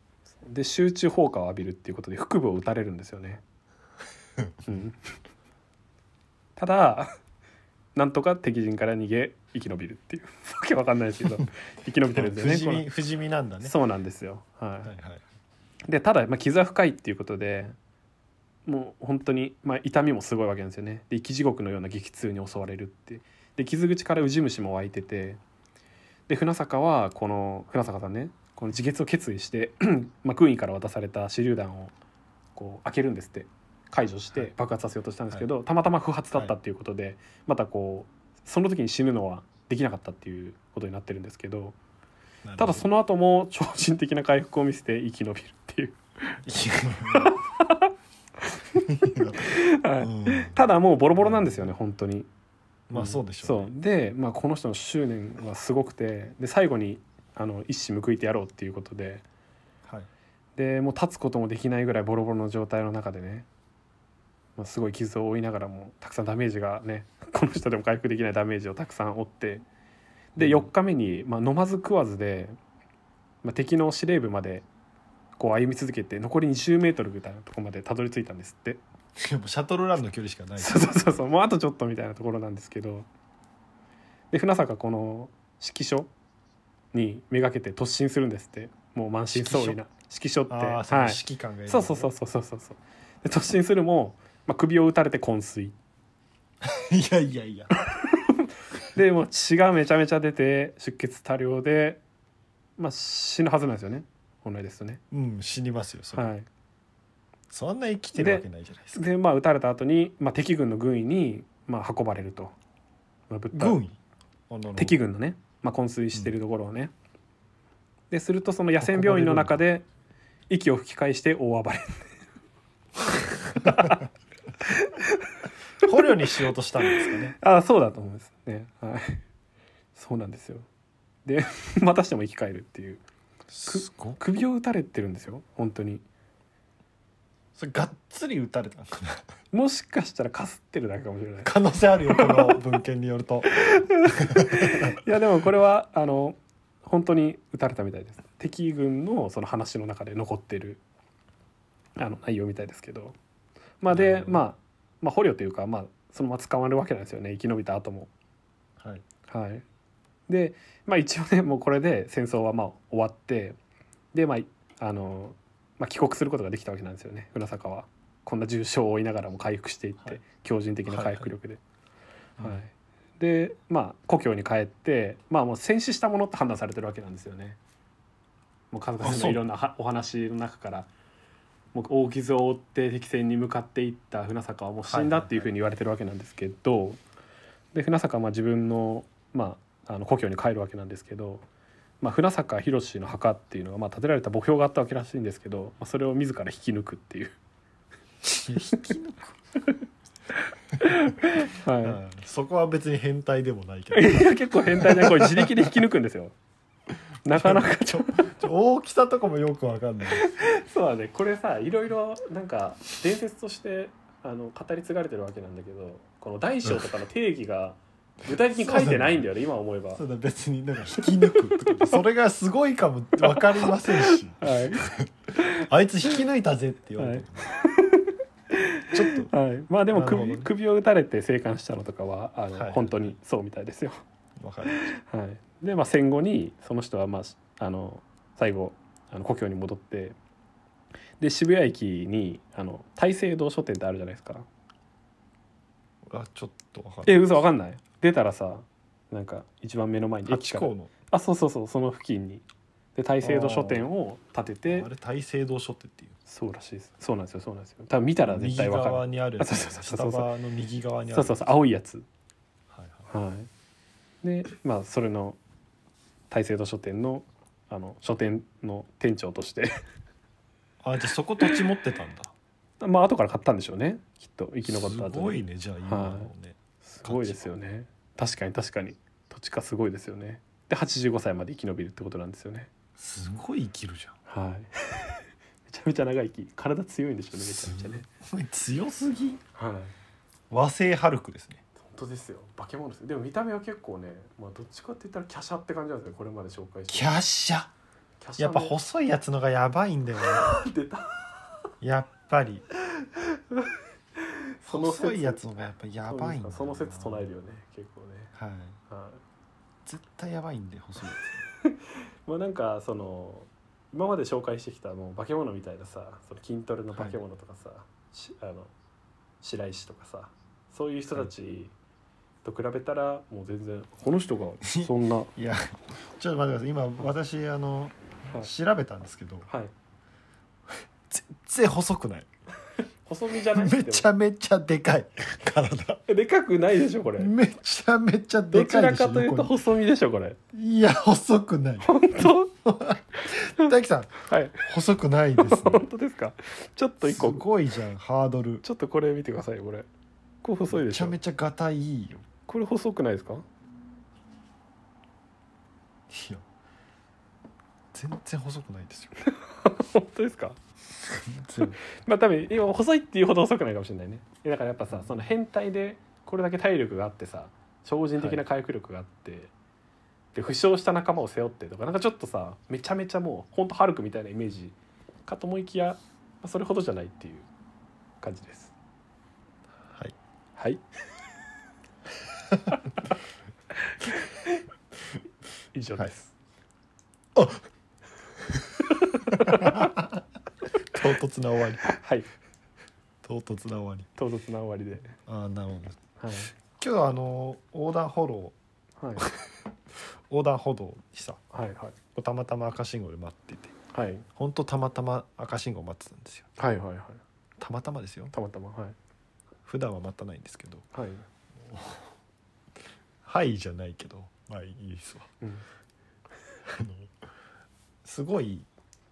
Speaker 2: うんで集中砲火を浴びるっていうことで腹部を撃たれるんですよ ね。うん、ただなんとか敵陣から逃げ生き延びるっていうわけわかんないですけ ど生き延びてるんですよ
Speaker 1: 不
Speaker 2: ね
Speaker 1: 死身不死身なんだ
Speaker 2: こ
Speaker 1: ね
Speaker 2: のそうなんですよ。はい
Speaker 1: はいはい
Speaker 2: でただ、まあ、傷は深いっていうことでもう本当にまあ、痛みもすごいわけなんですよねで生き地獄のような激痛に襲われるってで傷口からウジ虫も湧いててで船坂はこの船坂さんねこの自決を決意して まあ、軍医から渡された手榴弾をこう開けるんですって解除し
Speaker 1: は
Speaker 2: て
Speaker 1: い
Speaker 2: 爆発させようとしたんですけど、たまたま不発だったっていうことで、またこうその時に死ぬのはできなかったっていうことになってるんですけど
Speaker 1: なるほど
Speaker 2: ただその後も超人的な回復を見せて生き延びるっていう
Speaker 1: いや
Speaker 2: はい
Speaker 1: うん
Speaker 2: ただもうボロボロなんですよね本当に
Speaker 1: まあそうでしょう
Speaker 2: そうで、まあ、この人の執念はすごくてで最後にあの一矢報いてやろうっていうことで
Speaker 1: はい
Speaker 2: でもう立つこともできないぐらいボロボロの状態の中でね、まあ、すごい傷を負いながらもたくさんダメージがね この人でも回復できないダメージをたくさん負ってで
Speaker 1: うん
Speaker 2: 4日目に、まあ、飲まず食わずで、まあ、敵の司令部までこう歩み続けて残り2 0ルぐらいのとこまでたどり着いたんですって。
Speaker 1: いやもうシャトルランの距離しかない
Speaker 2: そうそうそうそうもうあとちょっとみたいなところなんですけどで船坂この指揮所にめがけて突進するんですってもう満身創痍な指揮所って
Speaker 1: ああその
Speaker 2: はい、
Speaker 1: 指揮官がいる、
Speaker 2: そうそうそうそうそうそうそうで突進するも、まあ、首を打たれて昏睡
Speaker 1: ういやいやいや
Speaker 2: でもう血がめちゃめちゃ出て出血多量で、まあ、死ぬはずなんですよね本来ですとね。
Speaker 1: うん死にますよそれ、
Speaker 2: はい、
Speaker 1: そんな生きてるわけないじゃないですか
Speaker 2: でまあ撃たれた後に、まあ、敵軍の軍医に、まあ、運ばれると、まあ、ぶった
Speaker 1: 軍医あなるほど
Speaker 2: 敵軍のね、まあ、昏睡してるところをね、でするとその野戦病院の中で息を吹き返して大暴れ
Speaker 1: 捕虜にしようとしたんですか ね
Speaker 2: ああそうだと思うんですねはいそうなんですよで またしても生き返るっていう
Speaker 1: すごっ
Speaker 2: 首を打たれてるんですよ本当に
Speaker 1: それがっつり撃たれたのかな
Speaker 2: もしかしたらかすってるだけかもしれない
Speaker 1: 可能性あるよこの文献によると
Speaker 2: いやでもこれはあの本当に撃たれたみたいです敵軍のその話の中で残ってるあの内容みたいですけどまあ
Speaker 1: なる
Speaker 2: で
Speaker 1: ほど
Speaker 2: まあまあ捕虜というかまあそのまま捕まるわけなんですよね生き延びた後も
Speaker 1: はい
Speaker 2: はいでまあ一応ねもうこれで戦争はまあ終わってでまああの、まあ、帰国することができたわけなんですよね浦坂はこんな重傷を負いながらも回復していって、
Speaker 1: はい
Speaker 2: 強靭的な回復力で
Speaker 1: はい
Speaker 2: はい、でまあ故郷に帰ってまあもう戦死したものと判断されてるわけなんですよねもう数々
Speaker 1: あそ
Speaker 2: の
Speaker 1: う
Speaker 2: いろんなはお話の中からもう大傷を負って敵戦に向かっていった船坂はもう死んだっていうふうに言われてるわけなんですけど、で船坂はまあ自分の,、まあ、あの故郷に帰るわけなんですけど、まあ、船坂宏の墓っていうのがまあ建てられた墓標があったわけらしいんですけど、まあ、それを自ら引き抜くっていう、
Speaker 1: 引き抜く、
Speaker 2: は
Speaker 1: う
Speaker 2: い、
Speaker 1: んそこは別に変態でもないけど
Speaker 2: いや結構変態なこれ自力で引き抜くんですよなかなかちょっ
Speaker 1: ちょ大きさとかもよくわかんない
Speaker 2: とはねこれさいろいろなんか伝説としてあの語り継がれてるわけなんだけどこの大小とかの定義が具体的に書いてないんだよね今思えば、は
Speaker 1: そうだ別になんか引き抜くとかそれがすごいかもわかりませんし
Speaker 2: い
Speaker 1: あいつ引き抜いたぜって言われても、ちょっ
Speaker 2: はい、まあでも
Speaker 1: なるほ
Speaker 2: 首,、
Speaker 1: どね
Speaker 2: 首を打たれて生還したのとかはあの、
Speaker 1: はい
Speaker 2: 本当にそうみたいですよ、
Speaker 1: とわかる
Speaker 2: はい、で、まあ、戦後にその人は、まあし、あの最後あの故郷に戻ってで渋谷駅にあの大聖堂書店ってあるじゃないですか
Speaker 1: あちょっとわかる
Speaker 2: え嘘わかんない出たらさなんか一番目の前に
Speaker 1: ハ
Speaker 2: 駅
Speaker 1: チ
Speaker 2: から
Speaker 1: 公の
Speaker 2: あそうそうそうその付近にで大聖堂書店を建てて
Speaker 1: あれ大聖堂書店っていう
Speaker 2: そうらしいですそうなんですよそうなんですよ多分見たら絶
Speaker 1: 右
Speaker 2: 対わか
Speaker 1: 側
Speaker 2: る
Speaker 1: にある
Speaker 2: あそうそうそうそうそう
Speaker 1: スタバの右側にあ
Speaker 2: そ
Speaker 1: る
Speaker 2: うそうそう青いやつ
Speaker 1: はいはい
Speaker 2: はいでまあそれの大聖堂書店のあの書店の店長として
Speaker 1: あじゃあそこ土地持ってたんだ
Speaker 2: まあ後から買ったんでしょうねきっと生き残った後に
Speaker 1: すごいねじゃあ今のね、
Speaker 2: すごいですよね確かに確かに土地化すごいですよねで85歳まで生き延びるってことなんですよね
Speaker 1: すごい生きるじゃん
Speaker 2: はい めちゃめちゃ長生き体強いんでしょうねめちゃめちゃね
Speaker 1: すごい強すぎ
Speaker 2: はい
Speaker 1: 和製ハルクですね
Speaker 2: 本当ですよ化け物ですでも見た目は結構ね、まあ、どっちかって言ったら華奢って感じなんですねこれまで紹介
Speaker 1: キャッシャ
Speaker 2: 華
Speaker 1: やっぱ細いやつのがやばいんだよね
Speaker 2: 出た
Speaker 1: やっぱり
Speaker 2: その説
Speaker 1: 細いやつのがやっぱやばいんだよな
Speaker 2: その説唱えるよね結構ね
Speaker 1: はい
Speaker 2: はい
Speaker 1: 絶対やばいんで細いや
Speaker 2: まあなんかその今まで紹介してきたもう化け物みたいなさその筋トレの化け物とかさ、しあの白石とかさそういう人たちと比べたらもう全然この 人がそんなはい
Speaker 1: ついやちょっと待ってください今私あの調べたんですけど
Speaker 2: はい
Speaker 1: 全然細くない
Speaker 2: 細身じゃない
Speaker 1: めちゃ
Speaker 2: で
Speaker 1: めちゃでかい体
Speaker 2: もでかくないでしょこれ
Speaker 1: めちゃめちゃ
Speaker 2: ど
Speaker 1: で
Speaker 2: ち
Speaker 1: かい
Speaker 2: ら
Speaker 1: でしょ
Speaker 2: かというと
Speaker 1: 横
Speaker 2: 細身でしょこれ
Speaker 1: にいや細くない
Speaker 2: 本 当
Speaker 1: 大樹さん
Speaker 2: はい
Speaker 1: 細くない です
Speaker 2: 本当ですかちょっと
Speaker 1: ね
Speaker 2: 一
Speaker 1: す
Speaker 2: 個
Speaker 1: ごいじゃんハードル
Speaker 2: ちょっとこれ見てくださいよこれこれ細い
Speaker 1: め
Speaker 2: でし
Speaker 1: ちゃ
Speaker 2: ょ
Speaker 1: めちゃがたいいよ
Speaker 2: これ細くないですか
Speaker 1: いや全然細くないですよ
Speaker 2: 本当ですか
Speaker 1: 全然
Speaker 2: まあ多分今細いっていうほど細くないかもしれないねえだからやっぱさその変態でこれだけ体力があってさ超人的な回復力があって、で負傷した仲間を背負ってとかなんかちょっとさめちゃめちゃもうほんとハルクみたいなイメージかと思いきや、まあ、それほどじゃないっていう感じです
Speaker 1: はい
Speaker 2: はい。以上です。
Speaker 1: 唐突な終わり
Speaker 2: はい
Speaker 1: 唐突な終わり
Speaker 2: 唐突な終わりで
Speaker 1: ああなるほど
Speaker 2: はい
Speaker 1: 今日あの横断歩道
Speaker 2: はい
Speaker 1: 横断歩道にさ
Speaker 2: はいはい
Speaker 1: たまたま赤信号で待ってて
Speaker 2: はい
Speaker 1: ほんとたまたま赤信号待ってたんですよ
Speaker 2: はいはいはい
Speaker 1: たまたまですよ
Speaker 2: たまたまはい
Speaker 1: 普段は待たないんですけど
Speaker 2: はい、
Speaker 1: はいじゃないけどまあいいですわ
Speaker 2: うん、
Speaker 1: あのすごい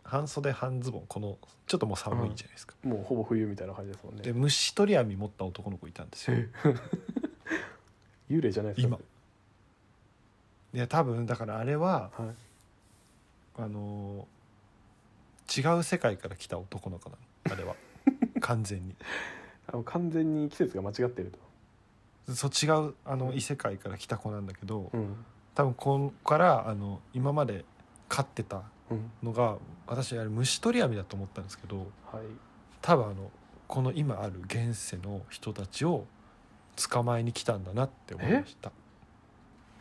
Speaker 1: 半袖半ズボンこのちょっともう寒いじゃないですか、
Speaker 2: もうほぼ冬みたいな感じですもんね
Speaker 1: で虫取り網持った男の子いたんですよ
Speaker 2: 幽霊じゃないですか
Speaker 1: 今いや多分だからあれは
Speaker 2: それはい
Speaker 1: あのー違う世界から来た男の子なのあ れは完全に
Speaker 2: あの完全に季節が間違ってると
Speaker 1: そう違うあの異世界から来た子なんだけど
Speaker 2: うん
Speaker 1: 多分ここからあの今まで飼ってた
Speaker 2: うん
Speaker 1: のが私あれ虫取り網だと思ったんですけど
Speaker 2: はい
Speaker 1: 多分あのこの今ある現世の人たちを捕まえに来たんだなって思いました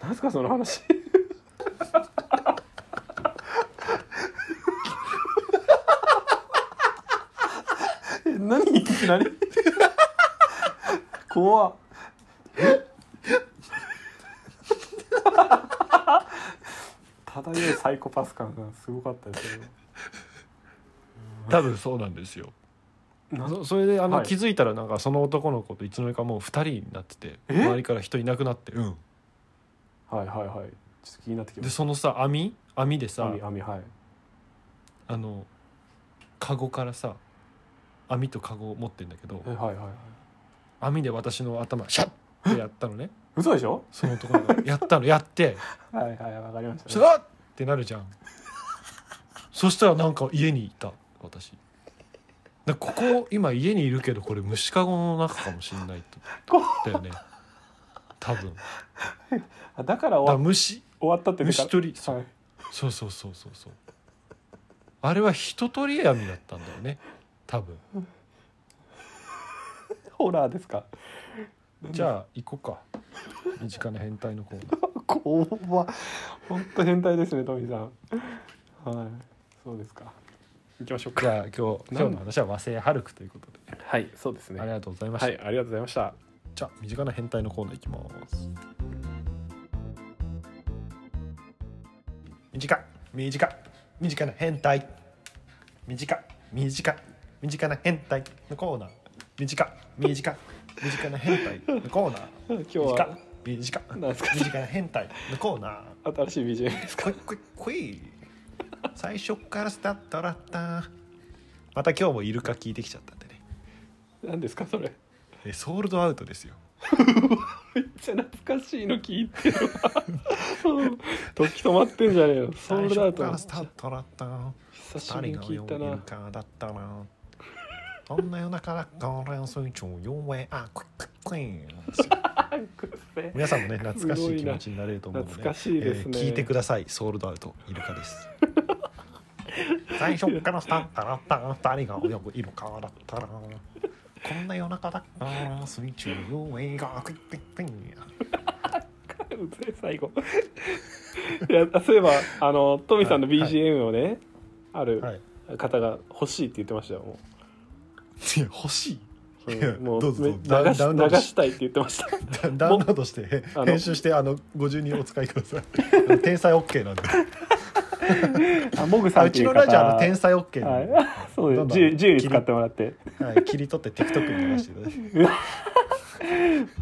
Speaker 2: 何ですかその話え何何怖っ漂うサイコパス感がすごかったですけ
Speaker 1: 多分そうなんですよ
Speaker 2: ど
Speaker 1: そそれであの、
Speaker 2: はい
Speaker 1: 気づいたらなんかその男の子といつの間にかもう2人になってて
Speaker 2: え
Speaker 1: 周りから人いなくなって、うん
Speaker 2: はいはいはいちょっと気になってきま
Speaker 1: で
Speaker 2: し
Speaker 1: そのさ網網で
Speaker 2: た
Speaker 1: さ
Speaker 2: 網網はい
Speaker 1: あのカゴからさ網とカゴを持ってんだけど
Speaker 2: えはいはいはい
Speaker 1: 網で私の頭シャッってやったのね
Speaker 2: 嘘でしょ
Speaker 1: その男の子やったのやって
Speaker 2: はいはいわかりまし、
Speaker 1: そしたたらあっってなるじゃんそしたらなんか家にいた私だからここ今家にいるけどこれ虫かごの中かもしれないとだよね多分だか
Speaker 2: あだから終
Speaker 1: ら
Speaker 2: わ
Speaker 1: 虫
Speaker 2: 終わったって出た
Speaker 1: 虫取りそう
Speaker 2: はい
Speaker 1: そうそうそうそうそうあれは人取り網だったんだよね多分
Speaker 2: ホラーですか。
Speaker 1: じゃあ行こうか身近な変態のコーナー
Speaker 2: 怖っ。本当変態ですね、トミさん。はい。そうですか。行きましょう
Speaker 1: じ
Speaker 2: か。
Speaker 1: ゃあ今日今日の話は和製ハルクということで、
Speaker 2: はい、そうですね。
Speaker 1: あり
Speaker 2: は
Speaker 1: がとうございました、
Speaker 2: い、ありがとうございました。
Speaker 1: じゃあ身近な変態のコーナーいきます身近身近身近な変態身近身近身近な変態のコーナー身近身近身近な変態のコーナー身
Speaker 2: 今日
Speaker 1: 近
Speaker 2: は
Speaker 1: 身近
Speaker 2: なんですか
Speaker 1: 身近な変態のコーナー
Speaker 2: 新しい BGM ですか。
Speaker 1: こいこいこい最初からスタッタラッタまた今日もイルカ聞いてきちゃったんでね
Speaker 2: 何ですかそれ。
Speaker 1: えソールドアウトですよ
Speaker 2: めっちゃ懐かしいの聞いてる わ。時止まってんじゃねえよ。ソ
Speaker 1: 最
Speaker 2: ー
Speaker 1: 初
Speaker 2: ルドアウ
Speaker 1: から
Speaker 2: ト
Speaker 1: ス。タッタラッタ
Speaker 2: 久しぶ
Speaker 1: 誰
Speaker 2: りに
Speaker 1: が
Speaker 2: 聞
Speaker 1: よ
Speaker 2: いた
Speaker 1: イル
Speaker 2: な。
Speaker 1: カだった なそんな夜中だから水中弱いあこいこいこい皆さんもね懐かしい気持ちになれると思うので、
Speaker 2: すごいな懐かしいですね
Speaker 1: 聞いてくださいソールドアウトイルカです 最初からスタッタラッタ二人が泳ぐイルカだったらこんな夜中だから水中用意がクイックイックイ
Speaker 2: うぜえ最後いやそういえばあのトミさんの
Speaker 1: はい
Speaker 2: BGM をね、ある
Speaker 1: はい
Speaker 2: 方が欲しいって言ってましたよも
Speaker 1: いや欲 しいういや
Speaker 2: うんもう
Speaker 1: どうぞ
Speaker 2: め
Speaker 1: どう
Speaker 2: 流し
Speaker 1: ぞダウンロード
Speaker 2: 流したいって言ってました
Speaker 1: ダダウンロードして
Speaker 2: あの
Speaker 1: 編集してあの50人お使いくださいあの天才 OK なんで
Speaker 2: あモグさ
Speaker 1: あ
Speaker 2: んっ
Speaker 1: う
Speaker 2: てい
Speaker 1: ち
Speaker 2: う
Speaker 1: の
Speaker 2: 方
Speaker 1: ラジオあの天才 OK なんで、
Speaker 2: はい、 そうで
Speaker 1: ど
Speaker 2: す
Speaker 1: んどん
Speaker 2: 自由自由に使ってもらって
Speaker 1: はい、切り取って TikTok に流してください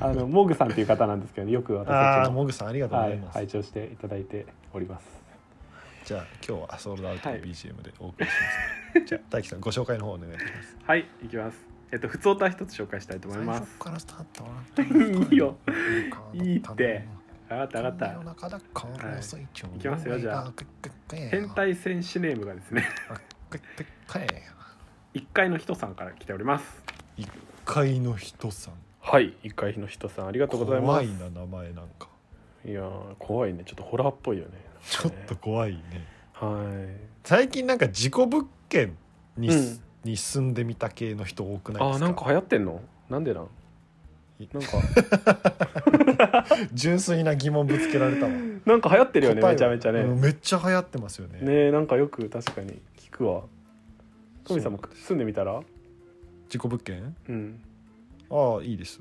Speaker 2: あのモグさんっていう方なんですけどよく私
Speaker 1: あ
Speaker 2: た
Speaker 1: あ
Speaker 2: ちも
Speaker 1: モグさんありがとうご
Speaker 2: は
Speaker 1: ざい
Speaker 2: い
Speaker 1: ます、
Speaker 2: 拝聴していただいております
Speaker 1: じゃあ今日はソールドアウトの
Speaker 2: はい
Speaker 1: BGM でお送りします、じゃあ大樹さんご紹介の方お願いします
Speaker 2: はいいきますえっと普通歌一つ紹介したいと思います
Speaker 1: からスタート
Speaker 2: いいよいいって分かった分かった
Speaker 1: 中だか
Speaker 2: はい
Speaker 1: 水中
Speaker 2: いきますよじゃあ
Speaker 1: あクックック
Speaker 2: 変態戦士ネームがですね
Speaker 1: あクックックや
Speaker 2: 1階の人さんから来ております
Speaker 1: 会の人さんあ
Speaker 2: はい一回の人さんありがとうございます
Speaker 1: 怖いな名前なんか
Speaker 2: いやー怖いねちょっとホラーっぽいよね
Speaker 1: ちょっと怖いね
Speaker 2: はい
Speaker 1: 最近なんか事故物件に,、
Speaker 2: うん
Speaker 1: に住んでみた系の人多くない
Speaker 2: あ
Speaker 1: で
Speaker 2: ー
Speaker 1: す
Speaker 2: な
Speaker 1: か
Speaker 2: んか流行ってんのなんでなん
Speaker 1: い
Speaker 2: なんか
Speaker 1: 純粋な疑問ぶつ けられたわ
Speaker 2: なんか流行ってるよね
Speaker 1: 答えは
Speaker 2: めちゃめちゃね、
Speaker 1: うんめっちゃ流行ってますよね
Speaker 2: ねなんかよく確かに聞聞くわトミさんも
Speaker 1: そう
Speaker 2: 住んでみたら
Speaker 1: 事故物件
Speaker 2: うん
Speaker 1: ああいいです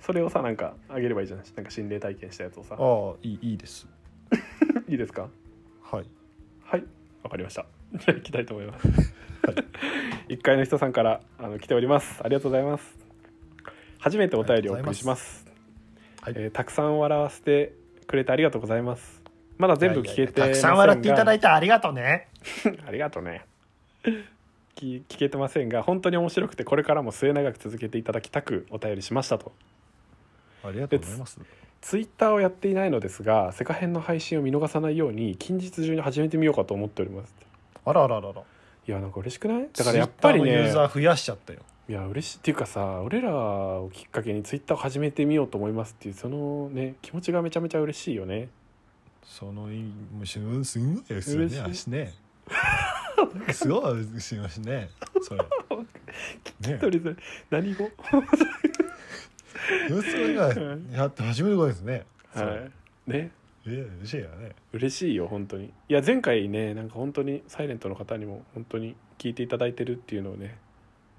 Speaker 2: それをさなんかあげればいいじゃんなんか心霊体験したやつをさ
Speaker 1: ああいいいいです
Speaker 2: いいですか
Speaker 1: はい
Speaker 2: はいわかりましたじ ゃあ行きたいと思います1階の人さんからあの来ておりますありがとうございます初めてお便りをお送りします
Speaker 1: ありがとうございますはい
Speaker 2: えーたくさん笑わせてくれてありがとうございますまだ全部聞け
Speaker 1: い
Speaker 2: て
Speaker 1: やいやたくさん笑っていただ
Speaker 2: い
Speaker 1: いてありがとうね
Speaker 2: てありがとうねき聞けてませんが本当に面白くてこれからも末永く続けていただきたくお便りしましたと
Speaker 1: ありがとうございます
Speaker 2: ツイッターをやっていないのですがセカ編の配信を見逃さないように近日中に始めてみようかと思っております
Speaker 1: あらあらあらあら
Speaker 2: いやなんか嬉しくないだからやっぱり
Speaker 1: Twitter のユ
Speaker 2: ね
Speaker 1: ーザー増やしちゃったよ
Speaker 2: いや嬉しいっていうかさ俺らをきっかけにツイッターを始めてみようと思いますっていうそのね気持ちがめちゃめちゃ嬉しいよね
Speaker 1: そのいもうしゅんすんですよね
Speaker 2: 嬉
Speaker 1: 足ねすごいしますねそれ ね
Speaker 2: とりあえず何語
Speaker 1: 要するに
Speaker 2: はい
Speaker 1: やって初めてことですねそれ
Speaker 2: はいね
Speaker 1: え嬉しいよね
Speaker 2: 嬉しいよ本当にいや前回ねなんか本当にサイレントの方にも本当に聞いていただいてるっていうのをね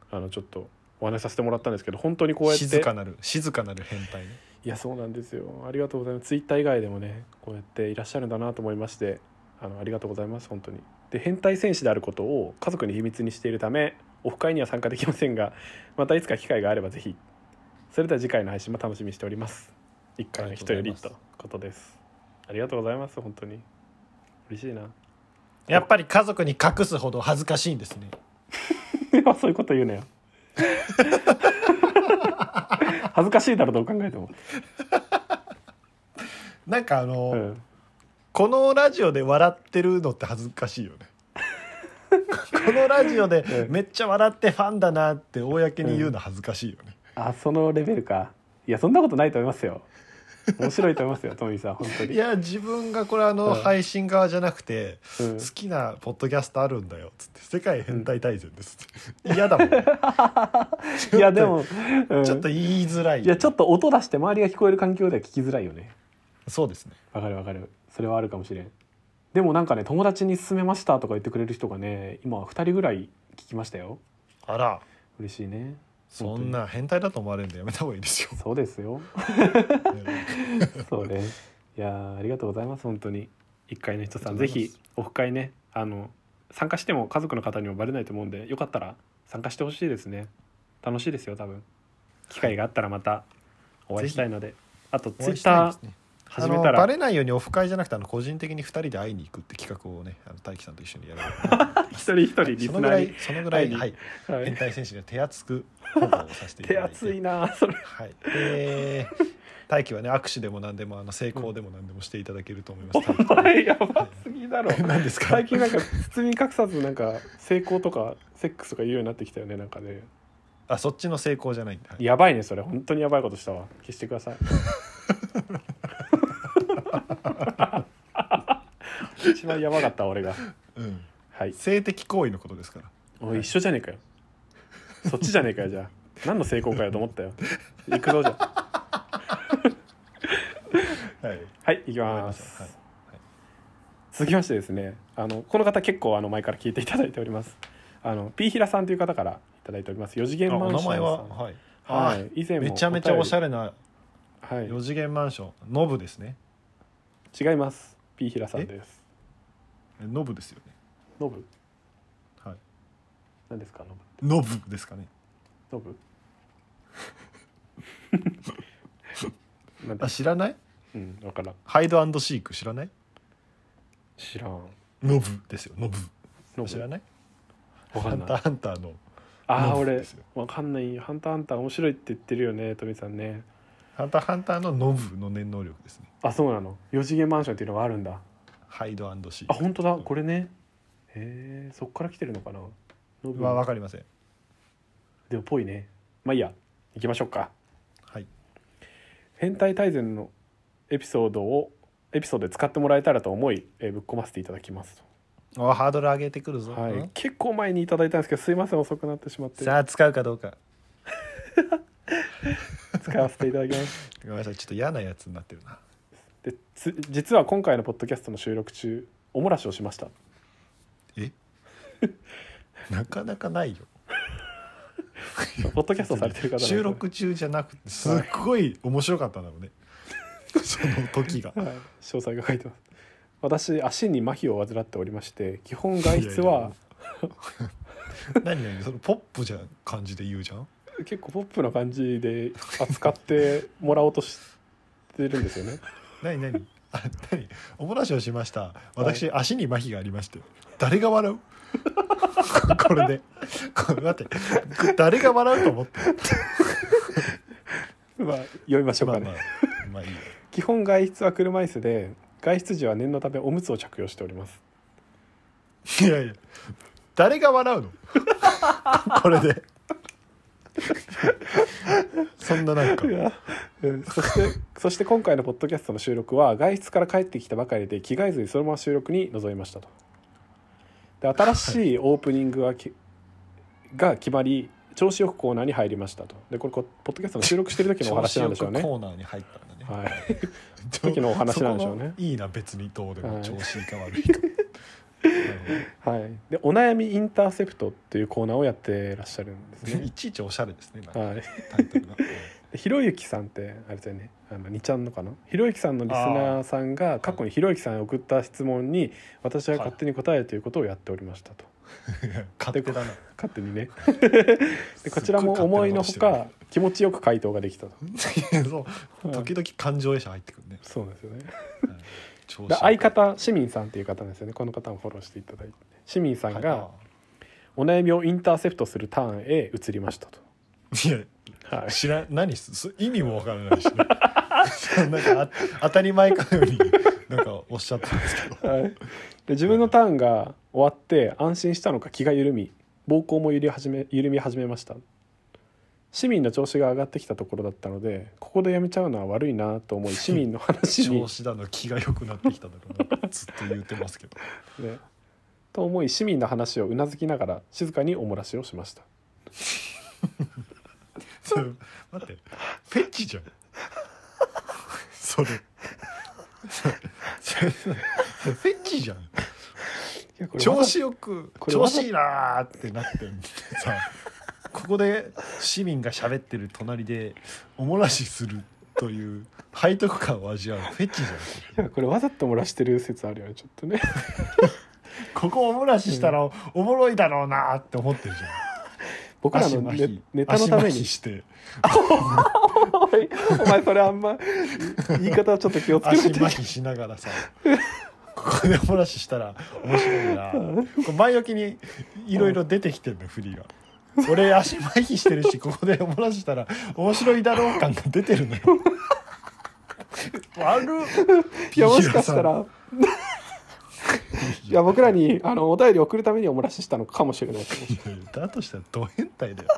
Speaker 2: あのちょっとお話しさせてもらったんですけど本当にこうやって
Speaker 1: 静かなる静かなる変態ね
Speaker 2: いやそうなんですよありがとうございますツイッター以外でもねこうやっていらっしゃるんだなと思いましてあのありがとうございます本当にで変態戦士であることを家族に秘密にしているためオフ会には参加できませんがまたいつか機会があればぜひそれでは次回の配信も楽しみにしております一回の人より
Speaker 1: ありがと
Speaker 2: と
Speaker 1: う
Speaker 2: いう
Speaker 1: ござ
Speaker 2: ことですありがとうございます本当に嬉しいな
Speaker 1: やっぱり家族に隠すほど恥ずかしいんですね
Speaker 2: そういうこと言うなよ恥ずかしいだろどう考えても、
Speaker 1: なんかあの、
Speaker 2: うん、
Speaker 1: このラジオで笑ってるのって恥ずかしい よねこのラジオで
Speaker 2: うん
Speaker 1: めっちゃ笑ってファンだなって公に言うの恥ずかしいよね、
Speaker 2: あそのレベルかいやそんなことないと思いますよ面白いと思いますよトミーさん本当に
Speaker 1: いや自分がこれあの
Speaker 2: うん
Speaker 1: 配信側じゃなくて、
Speaker 2: うん
Speaker 1: 好きなポッドキャストあるんだよつって「世界変態大全です」って嫌だもん、ね、
Speaker 2: いやでも、うん
Speaker 1: ちょっと言いづらい
Speaker 2: いやちょっと音出して周りが聞こえる環境では聞きづらいよね
Speaker 1: そうですね
Speaker 2: わかるわかるそれはあるかもしれんでもなんかね友達に勧めましたとか言ってくれる人がね今2人ぐらい聞きましたよ
Speaker 1: あら
Speaker 2: 嬉しいね
Speaker 1: そんな変態だと思われるんでやめた方がいい ですよ
Speaker 2: そうですよそうねいやーありがとうございます本当に1階の人さん
Speaker 1: ありがとうございま
Speaker 2: ぜひ
Speaker 1: す
Speaker 2: オフ会ねあの参加しても家族の方にもバレないと思うんでよかったら参加してほしいですね楽しいですよ多分機会があったらまたお会いしたいのであと
Speaker 1: お
Speaker 2: ツイ
Speaker 1: 会いし
Speaker 2: ッ
Speaker 1: たいで
Speaker 2: ター
Speaker 1: すねあ
Speaker 2: 始め
Speaker 1: の
Speaker 2: たら
Speaker 1: バレないようにオフ会じゃなくてあの個人的に2人で会いに行くって企画をねあの大樹さんと一緒にやる
Speaker 2: 一人一人リス
Speaker 1: そのぐ
Speaker 2: ナ
Speaker 1: ら
Speaker 2: ー
Speaker 1: い
Speaker 2: に
Speaker 1: そのぐらい、
Speaker 2: 会いに
Speaker 1: はい、
Speaker 2: は
Speaker 1: 変
Speaker 2: い
Speaker 1: 態選手が手厚く保護をさせていた
Speaker 2: 手
Speaker 1: だいて
Speaker 2: 厚いなあそれ
Speaker 1: はい、で大輝はね握手でも何でもあの成功でも何でもしていただけると思います大
Speaker 2: お前やばすぎだろ
Speaker 1: 輝何ですか
Speaker 2: 最近 なんか包み隠さずなんか成功とかセックスとか言うようになってきたよねなんかね
Speaker 1: あそっちの成功じゃないんだ、はい
Speaker 2: やばいねそれ本当にやばいことしたわ消して ください一番やばかった俺が
Speaker 1: うん、
Speaker 2: はい
Speaker 1: 性的行為のことですから
Speaker 2: おい一緒じゃねえかよそっちじゃねえかよじゃあ何の成功かよと思ったよ行くぞじゃあ
Speaker 1: はい
Speaker 2: はい行き
Speaker 1: わかり
Speaker 2: ま
Speaker 1: まし
Speaker 2: す
Speaker 1: たはい
Speaker 2: 続きましてですねあのこの方結構あの前から聞いていただいておりますあの P 平さんという方からいただいております四次元
Speaker 1: あ
Speaker 2: マン
Speaker 1: お
Speaker 2: ショ
Speaker 1: 名
Speaker 2: ンさん
Speaker 1: 前は、はい、
Speaker 2: は
Speaker 1: あ
Speaker 2: い以前も
Speaker 1: めちゃめちゃおしゃ
Speaker 2: れ
Speaker 1: れな
Speaker 2: はい
Speaker 1: 四次元マンションノブですね
Speaker 2: 違います P 平さんです
Speaker 1: ノブですよね
Speaker 2: ノブ
Speaker 1: はい
Speaker 2: 何ですかノブ
Speaker 1: ノブですかね
Speaker 2: ノブ なんで
Speaker 1: あ知らない
Speaker 2: うん分からん
Speaker 1: ハイドシーク知らない
Speaker 2: 知らん
Speaker 1: ノブですよノ
Speaker 2: ノ
Speaker 1: ブ知ら
Speaker 2: ブ
Speaker 1: ない
Speaker 2: 分
Speaker 1: ハ
Speaker 2: か
Speaker 1: ン
Speaker 2: ん
Speaker 1: ターハンタ
Speaker 2: ない
Speaker 1: ーの
Speaker 2: ああ
Speaker 1: ノブ
Speaker 2: 俺
Speaker 1: ですよ
Speaker 2: 分かんないハンターハンター面白いって言ってるよね富さんね
Speaker 1: ハンターハンターのノブの念能力ですね
Speaker 2: あそうなの四次元マンションっていうのがあるんだ
Speaker 1: ハイドシー
Speaker 2: あ
Speaker 1: ク
Speaker 2: 本当だこれねへえそっから来てるのかなノブ
Speaker 1: は分かりません
Speaker 2: でもぽいねまあいいや行きましょうか
Speaker 1: はい
Speaker 2: 変態大全のエピソードをエピソードで使ってもらえたらと思い、えーぶっ込ませていただきます
Speaker 1: あハードル上げてくるぞ、
Speaker 2: は
Speaker 1: う
Speaker 2: い
Speaker 1: ん、
Speaker 2: 結構前にいただいたんですけどすいません遅くなってしまって
Speaker 1: さあ使うかどうか
Speaker 2: 使わせていただきます
Speaker 1: ごめんなさいちょっと嫌なやつになってるな
Speaker 2: でつ実は今回のポッドキャストの収録中おもらしをしました
Speaker 1: え なかなかないよ
Speaker 2: ポッドキャストされてる方なんで
Speaker 1: 収録中じゃなくてすっごい面白かったんだろう ねその時が
Speaker 2: はい詳細が書いてます私足に麻痺を患っておりまして基本外出
Speaker 1: いやい
Speaker 2: は
Speaker 1: 何何そのポップじゃん感じで言うじゃん
Speaker 2: 結構ポップな感じで扱ってもらおうとしてるんですよね
Speaker 1: 何何あ何おもらしをしました私、足に麻痺がありまして誰が笑う これでこれ待って誰が笑うと思って
Speaker 2: まあ読みましょ う
Speaker 1: ま
Speaker 2: か
Speaker 1: あ
Speaker 2: ね、
Speaker 1: まあまあいいよ
Speaker 2: 基本外出は車椅子で外出時は念のためおむつを着用しております
Speaker 1: いやいや誰が笑うの これでそんななんか
Speaker 2: うんそしてそして今回のポッドキャストの収録は外出から帰ってきたばかりで着替えずにそのまま収録に臨みましたとで新しいオープニングがきが決まり調子よくコーナーに入りましたとでこれこポッドキャストの収録して る時のお話なんでしょうね
Speaker 1: 調子よくコーナーに入ったんだね
Speaker 2: はい
Speaker 1: 時
Speaker 2: 時のお話なんでしょうね
Speaker 1: いいな別にどうで
Speaker 2: は
Speaker 1: も
Speaker 2: い
Speaker 1: 調子いいか悪い か、
Speaker 2: はい、でお悩みインターセプトっていうコーナーをやってらっしゃるんです
Speaker 1: なる ほどい
Speaker 2: ね。
Speaker 1: ちいちおしゃれですねなんか
Speaker 2: はい、
Speaker 1: タイトルが
Speaker 2: でひろゆきさんってあれだよねあの2ちゃんのかなひろゆきさんのリスナーさんが過去にひろゆきさんに送った質問に私は勝手に答えるということをやっておりましたと、
Speaker 1: 勝手だな
Speaker 2: 勝手に ね
Speaker 1: す
Speaker 2: で
Speaker 1: っご
Speaker 2: こ
Speaker 1: い
Speaker 2: ちらも思いのほ
Speaker 1: 勝手な
Speaker 2: か気持ちよく回答ができたと、
Speaker 1: そう
Speaker 2: うん
Speaker 1: 時々感情映写入ってくるね、
Speaker 2: そう なんですよね
Speaker 1: はい調
Speaker 2: で相方市民さんっていう方なんですよねこの方もフォローしていただいて市民さんがお悩みをインターセプトするターンへ移りましたと、
Speaker 1: いや
Speaker 2: はい、
Speaker 1: 知らん何すす意味もわからないし、ね、 なんかあ当たり前かのようになんかおっしゃったんですけど
Speaker 2: はい、で自分のターンが終わって安心したのか気が緩み膀胱も緩み始め緩み始めました市民の調子が上がってきたところだったのでここでやめちゃうのは悪いなと 思い市民の話に
Speaker 1: 調、子だの気が良くなってきただろうなずっと言ってますけど
Speaker 2: ね、と思い市民の話をうなずきながら静かにおもらしをしました
Speaker 1: それ 待ってフェチじゃん それそれそれそれフェチじゃん
Speaker 2: いやこれ
Speaker 1: 調子よく
Speaker 2: これ
Speaker 1: 調子いいなーってなってんでさ ここで市民が喋ってる隣でおもらしするという背徳感を味わうフェチじゃん
Speaker 2: いやこれわざと漏らしてる説あるよねちょっと ね
Speaker 1: ここおもらししたらおもろいだろうなーって思ってるじゃん
Speaker 2: 僕らの
Speaker 1: 足麻
Speaker 2: ネ
Speaker 1: 痺
Speaker 2: ネタのため
Speaker 1: 足麻痺
Speaker 2: に
Speaker 1: して
Speaker 2: おい お前それあんま言い方ちょっと気をつけ
Speaker 1: 足
Speaker 2: ろって
Speaker 1: 麻痺しながらさここでおもらししたら面白いなこれ前置きにいろいろ出てきてるの振りが俺足麻痺してるしここでおもらししたら面白いだろう感が出てるのよ悪
Speaker 2: いやもしかしたらいや僕らにあのお便り送るためにお漏らししたのかもしれないですね
Speaker 1: だとしたらド変態だよ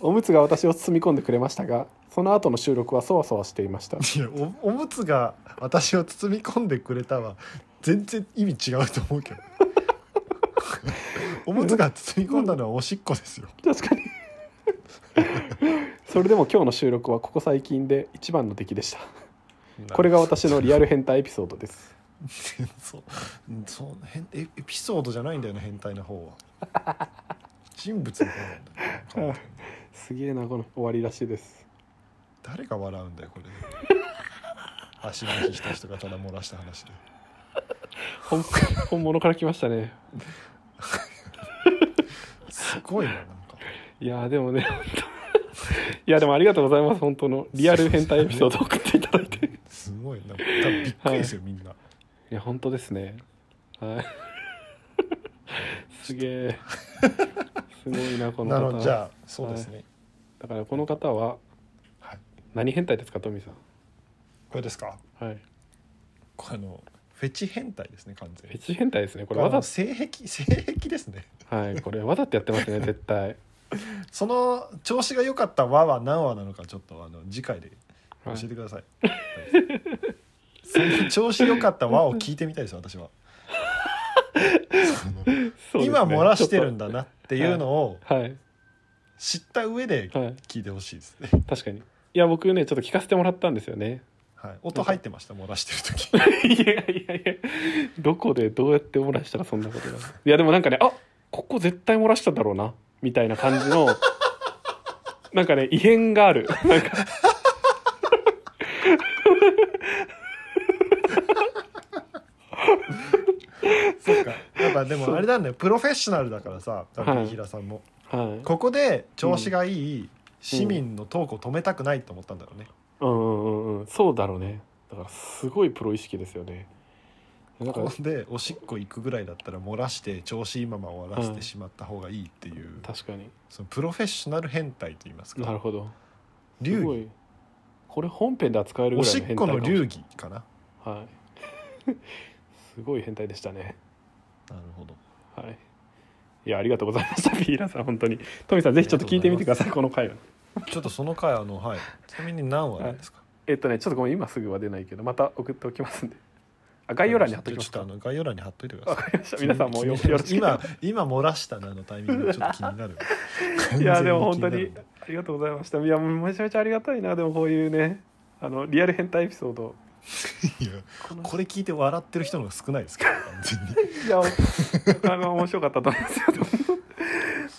Speaker 2: おむつが私を包み込んでくれましたがその後の収録はそわそわしていました
Speaker 1: いやおおむつが私を包み込んでくれたは全然意味違うと思うけどおむつが包み込んだのはおしっこですよ
Speaker 2: 確かにそれでも今日の収録はここ最近で一番の出来でしたこれが私のリアル変態エピソードです
Speaker 1: そううんそう変エエピソードじゃないんだよね変態の方は人物の方なんだよ完全に
Speaker 2: すげえなこの終わりらしいです
Speaker 1: 誰が笑うんだよこれ足の引した人がただ漏らした話で
Speaker 2: 本本物から来ましたね
Speaker 1: すごいななんか
Speaker 2: いやーでもね本当いやでもありがとうございます本当のリアル変態エピソードを送っていただいて
Speaker 1: すごいなんか多分びっくりですよ、みんない
Speaker 2: や本当ですね。はい。すげえ。すごいなこ
Speaker 1: な
Speaker 2: の
Speaker 1: の
Speaker 2: 方。
Speaker 1: じゃあそうですね、
Speaker 2: だからこの方は
Speaker 1: はい、
Speaker 2: 何変態ですかトミーさ
Speaker 1: これですか
Speaker 2: ん。はい。
Speaker 1: これあのフェチ変態ですね完全
Speaker 2: フェ
Speaker 1: に
Speaker 2: チ変態ですね。
Speaker 1: こ
Speaker 2: これ
Speaker 1: れ
Speaker 2: わ
Speaker 1: は
Speaker 2: ざ
Speaker 1: 性癖性癖ですね
Speaker 2: はいこれわざとやっ てますね絶対。
Speaker 1: その調子が良かった和は何話なのかちょっとあの次回で教
Speaker 2: はい
Speaker 1: えてください、その調子良かった和を聞いてみたいです私は、
Speaker 2: そうですね
Speaker 1: 今漏らしてるんだなっていうのを
Speaker 2: ちょっとはい
Speaker 1: 知った上で
Speaker 2: はい
Speaker 1: 聞いてほしいですね
Speaker 2: 確かに。いや僕ねちょっと聞かせてもらったんですよね。
Speaker 1: はい、音入ってました漏らして る時
Speaker 2: いやいやいやどこでどうやって漏らしたらそんなことがいやでもなんかねあここ絶対漏らしただろうなみたいな感じのなんかね異変があるなんか
Speaker 1: そっかやっぱでもあれなんだよプロフェッショナルだからさ多
Speaker 2: は
Speaker 1: 分
Speaker 2: い
Speaker 1: 平さんも、
Speaker 2: はい
Speaker 1: ここで調子がいい市民のトークを止めたくないと思ったんだろうね、
Speaker 2: うんうんうんうんそうだろうねだからすごいプロ意識ですよねなんか
Speaker 1: ここでおしっこ行くぐらいだったら漏らして調子いいまま終わらせてしまった方がいいっていう、
Speaker 2: 確かに
Speaker 1: そのプロフェッショナル変態といいます
Speaker 2: なる
Speaker 1: か
Speaker 2: ほどす
Speaker 1: 流
Speaker 2: ご
Speaker 1: 儀
Speaker 2: いこれ本編で扱えるぐ
Speaker 1: お
Speaker 2: らい
Speaker 1: し
Speaker 2: の
Speaker 1: っ
Speaker 2: 変態
Speaker 1: こ
Speaker 2: かも
Speaker 1: の
Speaker 2: しれない
Speaker 1: 流儀かな
Speaker 2: はいすごい変態でしたね
Speaker 1: なるほど
Speaker 2: はい。いや、ありがとうございました。ピーラさん、本当に。トミさん、ぜひちょっと聞いてみてください、この回は。
Speaker 1: ちょっとその回あのはいちなみに何話なんですか、
Speaker 2: えっとね、ちょっとごめん、今すぐは出ないけど、また送っておきますんで。あ、概要欄に貼っておきます
Speaker 1: ちょ
Speaker 2: か
Speaker 1: っ。とあの概要欄に貼っといてくだ
Speaker 2: わ
Speaker 1: さい
Speaker 2: かりました。 皆さんもよよろし
Speaker 1: 気に
Speaker 2: く
Speaker 1: なる。今今漏らしたなのタイミングがちょっと気になる
Speaker 2: いや、でも、本当
Speaker 1: 完全
Speaker 2: に
Speaker 1: 気なる。
Speaker 2: ありがとうございました。いや、もうめちゃめちゃありがたいな、でも、こういうね。あの、リアル変態エピソード。
Speaker 1: いや
Speaker 2: この
Speaker 1: これ聞いて笑ってる人の方が少ないですけど完全に
Speaker 2: いや、あの、面白かったと思いますよ。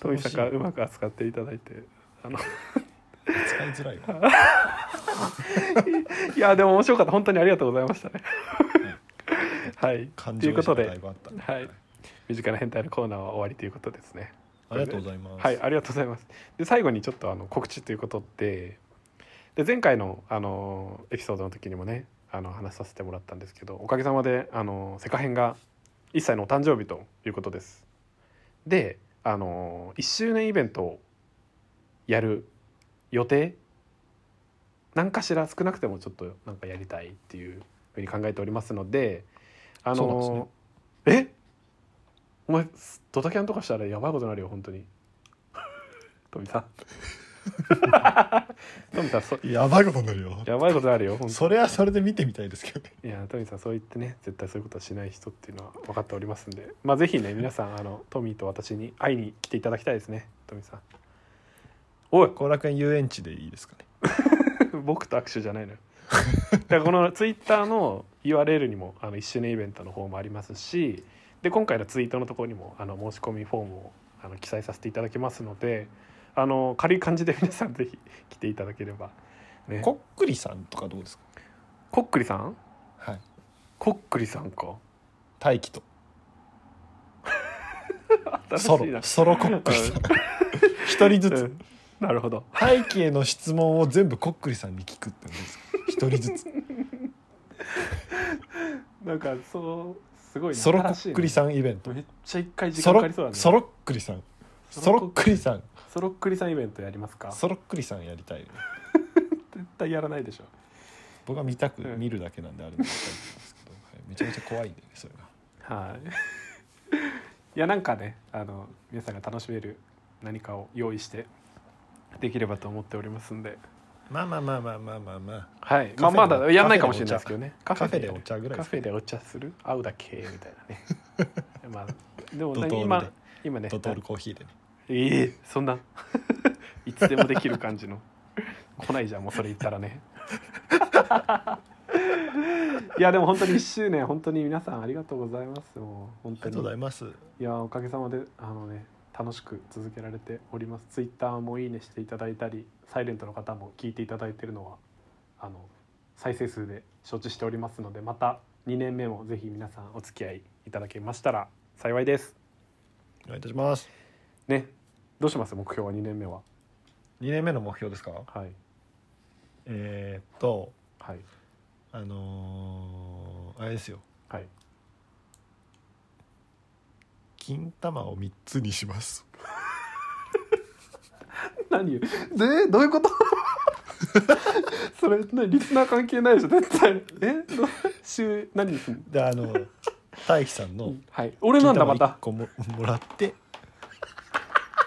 Speaker 2: トミさんがうまく扱っていただいて。あの。
Speaker 1: 使いづらいわ
Speaker 2: いやでも面白かった本当にありがとうございましたね。 はい、
Speaker 1: 感
Speaker 2: とい
Speaker 1: 情
Speaker 2: うこと
Speaker 1: 移入がだい
Speaker 2: で、
Speaker 1: ぶあった
Speaker 2: はい、身近な変態のコーナーは終わりということですね。
Speaker 1: ありがとうございます
Speaker 2: はい、ありがとうございます。で最後にちょっとあの告知ということでで前回のあのエピソードの時にもねあの話させてもらったんですけどおかげさまであのセカ編が1歳のお誕生日ということです。であの1周年イベントをやる予定何かしら少なくてもちょっとなんかやりたいっていうふうに考えておりますのであ
Speaker 1: そうなんですね
Speaker 2: のえお前ドタキャンとかしたらやばいことになるよ本当に 富さん富さんそ
Speaker 1: やばいことになるよ
Speaker 2: やばいことになるよ本当
Speaker 1: それはそれで見てみたいですけどね
Speaker 2: いやトミーさんそう言ってね絶対そういうことはしない人っていうのは分かっておりますんでまあぜひね皆さんあのトミーと私に会いに来ていただきたいですねトミーさんおい
Speaker 1: 後楽園遊園地でいいですかね
Speaker 2: 僕と握手じゃないのよだからこのツイッターの URL にもあの1周年イベントの方もありますしで今回のツイートのところにもあの申し込みフォームをあの記載させていただきますのであの軽い感じで皆さんぜひ来ていただければ、ね、
Speaker 1: こっくりさんとかどうですか
Speaker 2: こっくりさん
Speaker 1: はい
Speaker 2: こっくりさんか
Speaker 1: 大輝と
Speaker 2: 新し
Speaker 1: ソ
Speaker 2: いな
Speaker 1: ロソロこっくりさん 一人ず
Speaker 2: う
Speaker 1: つ
Speaker 2: んなるほど
Speaker 1: 大輝への質問を全部こっくりさんに聞くってのどうですか一人ず つ
Speaker 2: なんかそうすごいね
Speaker 1: ソロこっくり
Speaker 2: 新
Speaker 1: さんイベン
Speaker 2: しい
Speaker 1: ト
Speaker 2: ねめっちゃ一回時
Speaker 1: ソ
Speaker 2: 間かか
Speaker 1: ロ
Speaker 2: りそうだね
Speaker 1: ソロっくりさんソロっくりさん
Speaker 2: ソロっくりさんイベントやりますか
Speaker 1: ソロっくりさんやりたいね
Speaker 2: 絶対やらないでしょ
Speaker 1: 僕は見たく
Speaker 2: うん
Speaker 1: 見るだけなんであれなんですけど、はい、めちゃめちゃ怖いんでねそれが
Speaker 2: はい。い やなんかねあの皆さんが楽しめる何かを用意してできればと思っておりますんで。
Speaker 1: まあまあまあまあまあまあまあ
Speaker 2: はい。
Speaker 1: カフ
Speaker 2: まあ
Speaker 1: ェで
Speaker 2: まだやんないかもしれな
Speaker 1: カ
Speaker 2: いです
Speaker 1: フ
Speaker 2: けどね。
Speaker 1: カフェでお
Speaker 2: や
Speaker 1: 茶ぐ
Speaker 2: る
Speaker 1: らいで
Speaker 2: カ
Speaker 1: す
Speaker 2: フ
Speaker 1: か
Speaker 2: ェでお茶する会うだけみたいなね。 まあでも
Speaker 1: ドトール
Speaker 2: 何
Speaker 1: で
Speaker 2: 今今ね。
Speaker 1: ドトールコーヒーでね
Speaker 2: ええそんな いつでもできる感じの来ないじゃんもうそれ言った らねいやでも本当に1周年本当に皆さんありがとうございますもう本
Speaker 1: ありがと
Speaker 2: 当
Speaker 1: うご
Speaker 2: に
Speaker 1: ざいます
Speaker 2: いやーおかげさまであのね楽しく続けられておりますツイッターもいいねしていただいたりサイレントの方も聞いていただいてるのはあの再生数で承知しておりますのでまた2年目もぜひ皆さんお付き合いいただけましたら幸いです
Speaker 1: お願いいたします
Speaker 2: ねどうします目標は2年目は
Speaker 1: 2年目の目標ですか
Speaker 2: はい
Speaker 1: えー、っと
Speaker 2: はい
Speaker 1: あのー、あれですよ
Speaker 2: はい
Speaker 1: 金玉を3つにします
Speaker 2: 何 でどういうこと それねリスナー関係ないでしょ絶対えど週何にすんの
Speaker 1: であの大輝さんの
Speaker 2: はい俺なんだま
Speaker 1: 金玉
Speaker 2: た
Speaker 1: 1個ももらって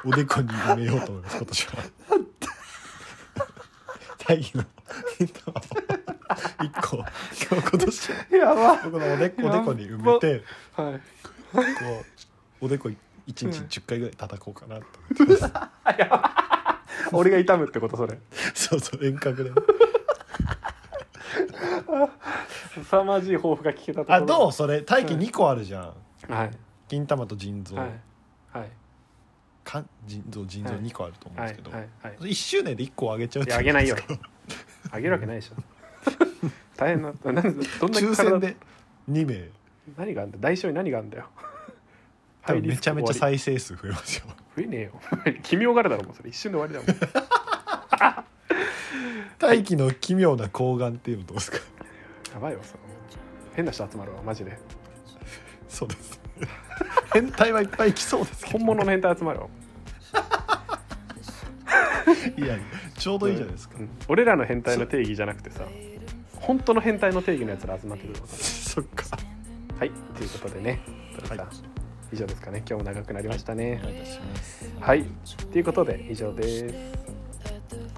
Speaker 1: おでこに埋めようと思います今年は大輝の金玉を1個今日今年
Speaker 2: やば
Speaker 1: 僕のおでおでこに埋めて
Speaker 2: はい
Speaker 1: こうおでこ1日10回ぐらい叩こうかなと、
Speaker 2: 俺が痛むってことそれ
Speaker 1: そうそう遠隔で
Speaker 2: 凄まじい抱負が聞けたところ
Speaker 1: あどうそれ大気2個あるじゃん、
Speaker 2: うはい
Speaker 1: 金玉と腎臓、
Speaker 2: はいはい
Speaker 1: かん腎臓腎臓
Speaker 2: はい
Speaker 1: 2個あると思うん
Speaker 2: は
Speaker 1: です
Speaker 2: い
Speaker 1: けど、
Speaker 2: はいはい
Speaker 1: 1周年で1個あげちゃうっ
Speaker 2: い
Speaker 1: て
Speaker 2: やあげないよあげるわけないでしょ 大変ななんでどんな
Speaker 1: 抽選で2名
Speaker 2: 何があんだよ代償に何があんだよ
Speaker 1: 多分めちゃめちゃ
Speaker 2: ハイリ
Speaker 1: 再生数増えますよ
Speaker 2: スク終わり増えねえよ 奇妙があるだろもうそれ一瞬で終わりだもん
Speaker 1: 大気の奇妙な睾丸っていうのどうですか
Speaker 2: やばいわその変な人集まるわマジで
Speaker 1: そうです ね変態はいっぱい来そうですけど
Speaker 2: 本物の変態集まるわ
Speaker 1: いやちょうどいいじゃないですか、
Speaker 2: うん俺らの変態の定義じゃなくてさ本当の変態の定義のやつら集まってくるわ
Speaker 1: そっか
Speaker 2: はいということでね
Speaker 1: は
Speaker 2: さ
Speaker 1: い
Speaker 2: ん以上ですかね今日も長くなりましたね
Speaker 1: お願いいたします
Speaker 2: はいということで以上です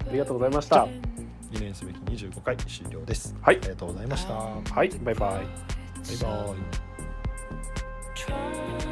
Speaker 2: ありがとうございました
Speaker 1: 記念すべき25回終了です
Speaker 2: はい
Speaker 1: ありがとうございましたバ
Speaker 2: はいバイバイ
Speaker 1: イバイ
Speaker 3: Try